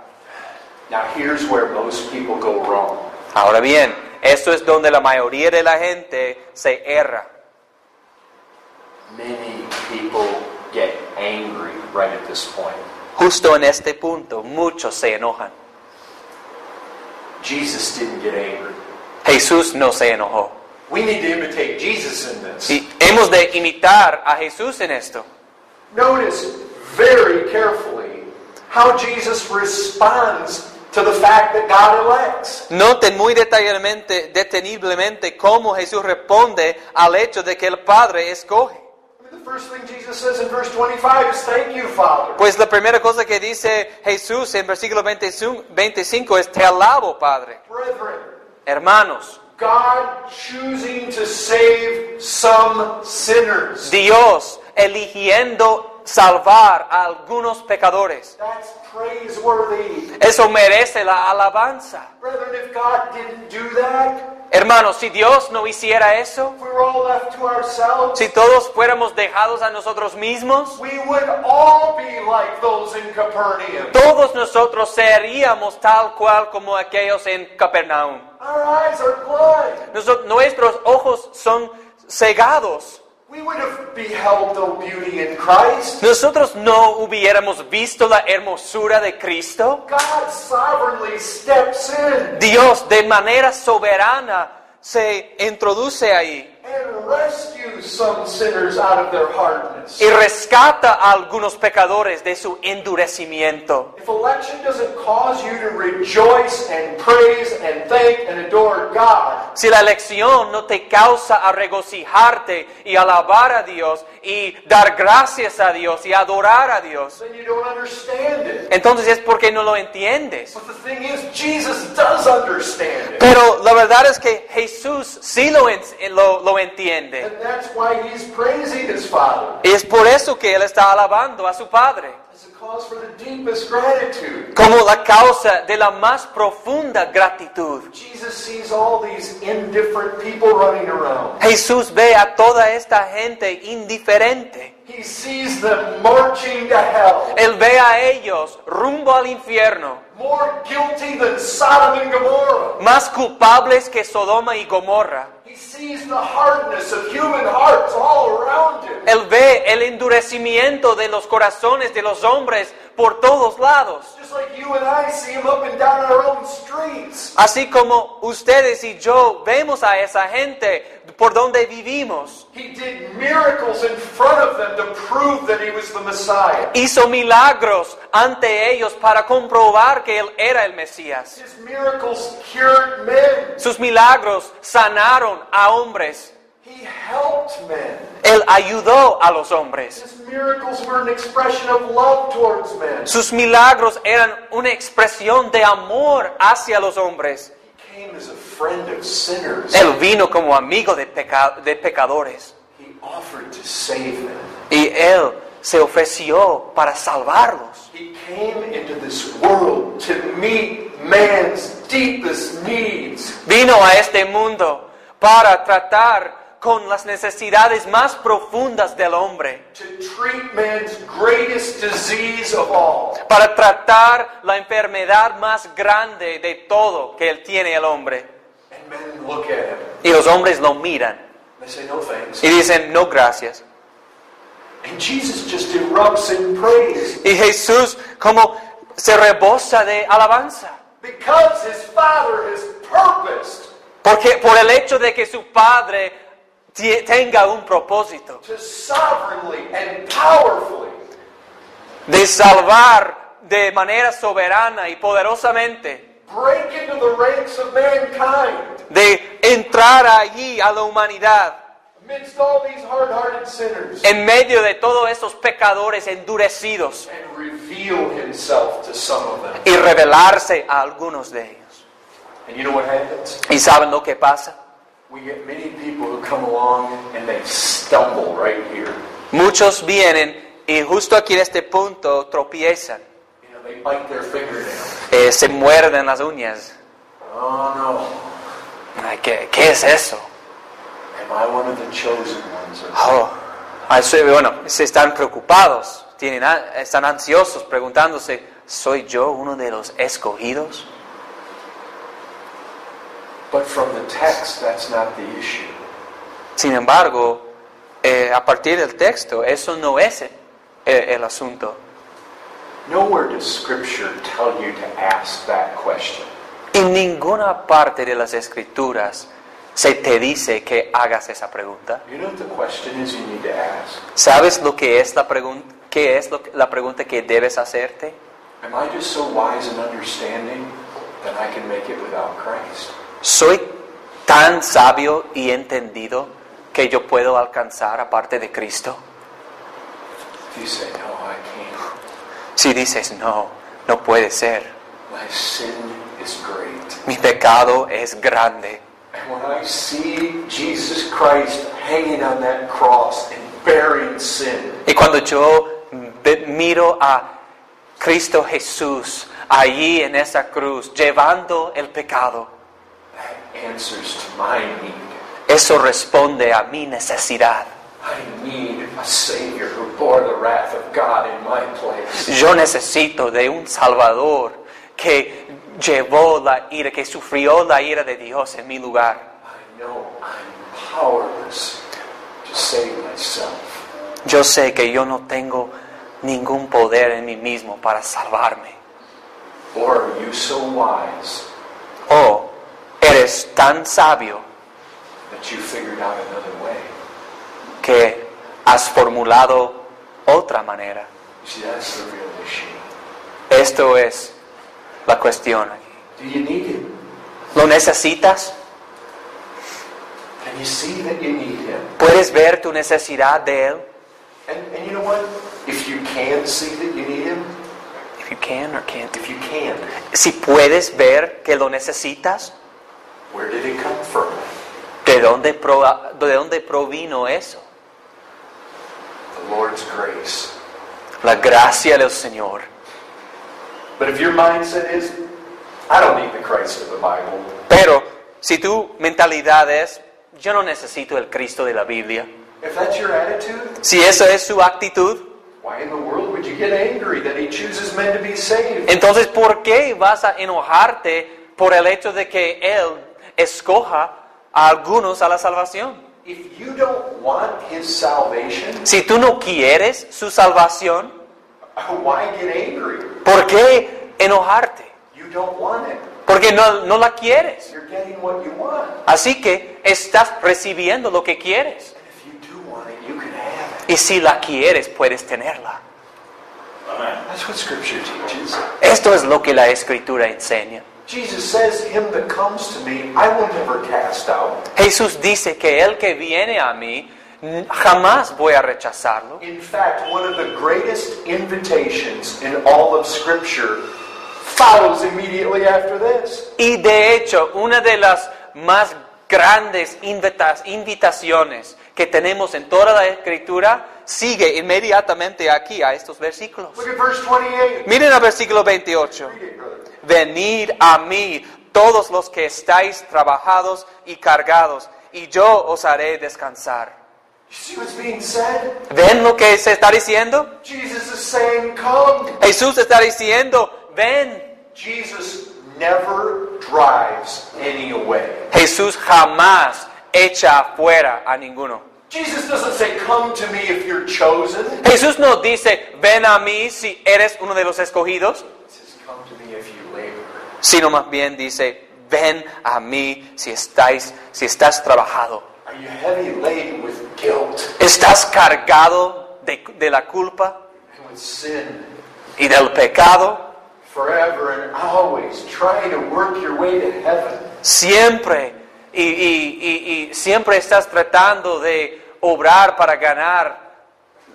S1: Now, here's where most people go wrong.
S2: Ahora bien, esto es donde la mayoría de la gente se erra.
S1: Many people get angry right at this point.
S2: Justo en este punto, muchos se enojan.
S1: Jesus didn't get angry.
S2: Jesús no se enojó.
S1: We need to imitate Jesus in this.
S2: Y hemos de imitar a Jesús en esto.
S1: Notice very carefully how Jesus responds to the fact that God elects.
S2: Noten muy detalladamente, deteniblemente cómo Jesús responde al hecho de que el Padre escoge.
S1: I mean, the first thing Jesus says in verse 25 is, Thank you, Father.
S2: Pues la primera cosa que dice Jesús en versículo 25 es, te alabo, Padre.
S1: Brethren,
S2: Hermanos,
S1: God choosing to save some sinners.
S2: Dios eligiendo salvar a algunos pecadores.
S1: That's praiseworthy.
S2: Eso merece la alabanza.
S1: Brethren, if God didn't do that,
S2: Hermanos, si Dios no hiciera eso,
S1: if we were all left to ourselves,
S2: si todos fuéramos dejados a nosotros mismos,
S1: we would all be like those in Capernaum.
S2: todos nosotros seríamos tal cual como aquellos en Capernaum.
S1: Our eyes are blind.
S2: Noso- nuestros ojos son cegados.
S1: We would have beheld no beauty in Christ.
S2: Nosotros no hubiéramos visto la hermosura de Cristo.
S1: God sovereignly steps in
S2: Dios de manera soberana se introduce ahí.
S1: and rescues some sinners out of their hardness.
S2: y rescata a algunos pecadores de su endurecimiento.
S1: If election doesn't cause you to rejoice and praise and thank and adore God,
S2: Si la elección no te causa a regocijarte y alabar a Dios y dar gracias a Dios y adorar a Dios,
S1: then you don't understand it.
S2: entonces es porque no lo entiendes.
S1: But the thing is, Jesus does understand it.
S2: Pero la verdad es que Jesús sí lo, en- lo- lo
S1: And
S2: entiende.
S1: that's why he's praising his Father.
S2: Y es por eso que Él está alabando a su Padre,
S1: It's a cause for the deepest gratitude.
S2: como la causa de la más profunda gratitud.
S1: Jesus sees all these indifferent people running around.
S2: Jesús ve a toda esta gente indiferente.
S1: He sees them marching to hell,
S2: Él ve a ellos rumbo al infierno,
S1: more guilty than Sodom and Gomorrah.
S2: más culpables que Sodoma y Gomorra.
S1: He sees the hardness of human hearts all around him.
S2: Él ve el endurecimiento de los corazones de los hombres por todos lados.
S1: Just like you and I see him up and down our own streets.
S2: Así como ustedes y yo vemos a esa gente por donde vivimos.
S1: He did miracles in front of them to prove that he was the Messiah.
S2: Hizo milagros ante ellos para comprobar que Él era el Mesías.
S1: His miracles cured men.
S2: Sus milagros sanaron a hombres.
S1: He helped men.
S2: Él ayudó a los hombres.
S1: His miracles were an expression of love towards men.
S2: Sus milagros eran una expresión de amor hacia los hombres.
S1: He came as a friend of sinners.
S2: Él vino como amigo de, peca- de pecadores
S1: He offered to save them.
S2: y Él se ofreció para salvarlos.
S1: He came into this world to meet man's deepest needs.
S2: Vino a este mundo para tratar con las necesidades más profundas del hombre,
S1: to treat man's greatest disease of all.
S2: para tratar la enfermedad más grande de todo que Él tiene el hombre.
S1: And men look at him.
S2: Y los hombres lo miran
S1: They say, no thanks.
S2: y dicen, no gracias.
S1: And Jesus just erupts in praise
S2: Y Jesús como se rebosa de alabanza.
S1: because his Father has purposed
S2: Porque por el hecho de que su padre tie- tenga un propósito
S1: to sovereignly and powerfully
S2: de salvar de manera soberana y poderosamente,
S1: break into the ranks of mankind
S2: de entrar allí a la humanidad
S1: amidst all these hard hearted sinners
S2: en medio de todos esos pecadores endurecidos
S1: and reveal himself to some of them.
S2: y revelarse a algunos de ellos.
S1: And you know what happens?
S2: ¿Y saben lo que pasa?
S1: We get many people who come along and they stumble right here.
S2: Muchos vienen y justo aquí en este punto tropiezan,
S1: You know, they bite their fingernail.
S2: eh, se muerden las uñas.
S1: Oh
S2: Ay, ¿Qué, qué es eso?
S1: no, am I one of the chosen ones? Or...
S2: Oh, ah, sí, bueno, se están preocupados, tienen, a- están ansiosos, preguntándose, ¿soy yo uno de los escogidos?
S1: But from the text, that's not the issue.
S2: Sin embargo, eh, a partir del texto, eso no es el, el asunto.
S1: Nowhere does Scripture tell you to ask that question.
S2: En ninguna parte de las escrituras se te dice que hagas esa pregunta.
S1: You know what the question is you need to ask?
S2: ¿Sabes lo que es la, pregun- qué es lo que- la pregunta que debes hacerte?
S1: Am I just so wise and understanding that I can make it without Christ?
S2: ¿Soy tan sabio y entendido que yo puedo alcanzar aparte de Cristo?
S1: If you say, no, I can't.
S2: Si dices, no, no puede ser,
S1: My sin is great.
S2: mi pecado es grande.
S1: And when I see Jesus Christ hanging on that cross and bearing sin,
S2: Y cuando yo ve- miro a Cristo Jesús allí en esa cruz, llevando el pecado,
S1: that answers to my need.
S2: eso responde a mi necesidad.
S1: I need a Savior who bore the wrath of God in my place.
S2: Yo necesito de un Salvador que llevó la ira, que sufrió la ira de Dios en mi lugar.
S1: I know I'm powerless to save myself.
S2: Yo sé que yo no tengo ningún poder en mí mismo para salvarme.
S1: Or are you so wise
S2: Oh, eres tan sabio
S1: that you figured out another way?
S2: que has formulado otra manera.
S1: You see, that's the real issue.
S2: Esto es la cuestión.
S1: Do you need Him?
S2: ¿Lo necesitas?
S1: Can you see that you need Him?
S2: ¿Puedes ver tu necesidad de Él?
S1: And, and you know what? If you can see that you need Him,
S2: If you can or can't.
S1: if you can,
S2: Si puedes ver que lo necesitas,
S1: where did it come from?
S2: ¿de dónde, pro- de dónde provino eso?
S1: The Lord's grace.
S2: La gracia del Señor.
S1: But if your mindset is, I don't need the Christ of the Bible,
S2: Pero si tu mentalidad es, yo no necesito el Cristo de la Biblia.
S1: if that's your attitude,
S2: Si esa es su actitud,
S1: Why in the world would you get angry that he chooses men to be saved?
S2: Entonces, ¿por qué vas a enojarte por el hecho de que Él escoja a algunos a la salvación.
S1: If you don't want his salvation,
S2: Si tú no quieres su salvación,
S1: why get angry?
S2: ¿por qué enojarte?
S1: You don't want it.
S2: Porque no, no la quieres.
S1: You're getting what you want.
S2: Así que estás recibiendo lo que quieres.
S1: And if you do want it, you can have it.
S2: Y si la quieres, puedes tenerla.
S1: That's what Scripture teaches.
S2: Esto es lo que la Escritura enseña.
S1: Jesus says, Him that comes to me, I will never cast out.
S2: Jesús dice que el que viene a mí, n- jamás voy a rechazarlo.
S1: In fact, one of the greatest invitations in all of Scripture follows immediately after this.
S2: Y de hecho, una de las más grandes invita- invitaciones que tenemos en toda la Escritura sigue inmediatamente aquí, a estos versículos.
S1: Look at verse 28.
S2: Miren al versículo 28.
S1: Read it, brother.
S2: Venid a mí todos los que estáis trabajados y cargados, y yo os haré descansar.
S1: You see what's being said?
S2: ¿Ven lo que se está diciendo?
S1: Jesus is saying, Come.
S2: Jesús está diciendo, ven.
S1: Jesus never drives any away.
S2: Jesús jamás echa afuera a ninguno.
S1: Jesus doesn't say, Come to me if you're chosen.
S2: Jesús no dice, ven a mí si eres uno de los escogidos,
S1: He says, Come to me if you labor.
S2: sino más bien dice, ven a mí si estáis, si estás trabajado.
S1: Are you heavy laden with guilt
S2: Estás cargado de- de la culpa
S1: and with sin?
S2: y del pecado.
S1: forever and always trying to work your way to heaven.
S2: Siempre y, y- y- y siempre estás tratando de obrar para ganar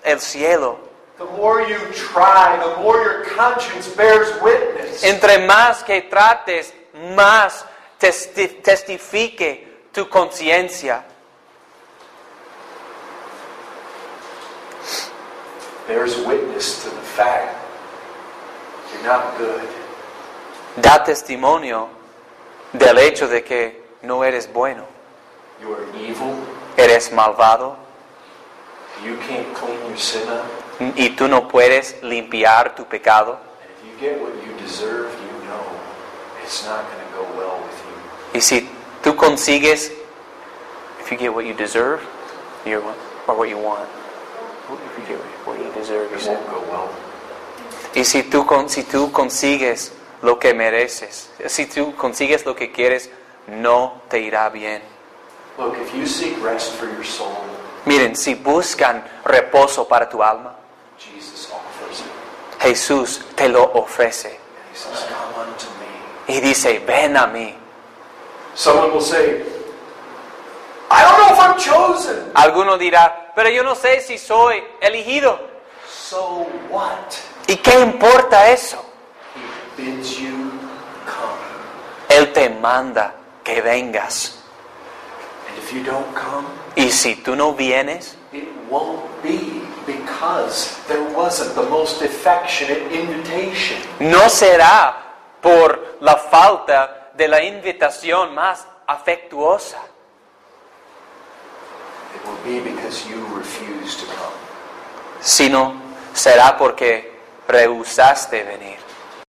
S2: el cielo.
S1: The more you try, the more your conscience bears witness.
S2: Entre más que trates, más testi- testifique tu conciencia.
S1: bears witness to the fact you're not good.
S2: Da testimonio del hecho de que no eres bueno,
S1: You are evil.
S2: eres malvado
S1: You can't clean your sin up.
S2: y tú no puedes limpiar tu pecado.
S1: And if you get what you deserve, you know it's not going to go well with you.
S2: Y si tú consigues, if you get what you deserve, you're what, or what you want, if you get what you deserve,
S1: It
S2: you're-
S1: won't go well.
S2: y si tú, con- si tú consigues lo que mereces, si tú consigues lo que quieres, no te irá bien.
S1: Look, if you seek rest for your soul,
S2: Miren, si buscan reposo para tu alma,
S1: Jesus offers it.
S2: Jesús te lo ofrece
S1: And he says, Come unto me.
S2: y dice, ven a mí.
S1: Someone will say, I don't know if I'm chosen.
S2: Alguno dirá, pero yo no sé si soy elegido.
S1: So what?
S2: ¿Y qué importa eso?
S1: He bids you come.
S2: Él te manda que vengas.
S1: And if you don't come,
S2: Y si tú no vienes,
S1: it won't be because there wasn't the most affectionate invitation.
S2: no será por la falta de la invitación más afectuosa,
S1: It will be because you refuse to come.
S2: sino será porque rehusaste venir.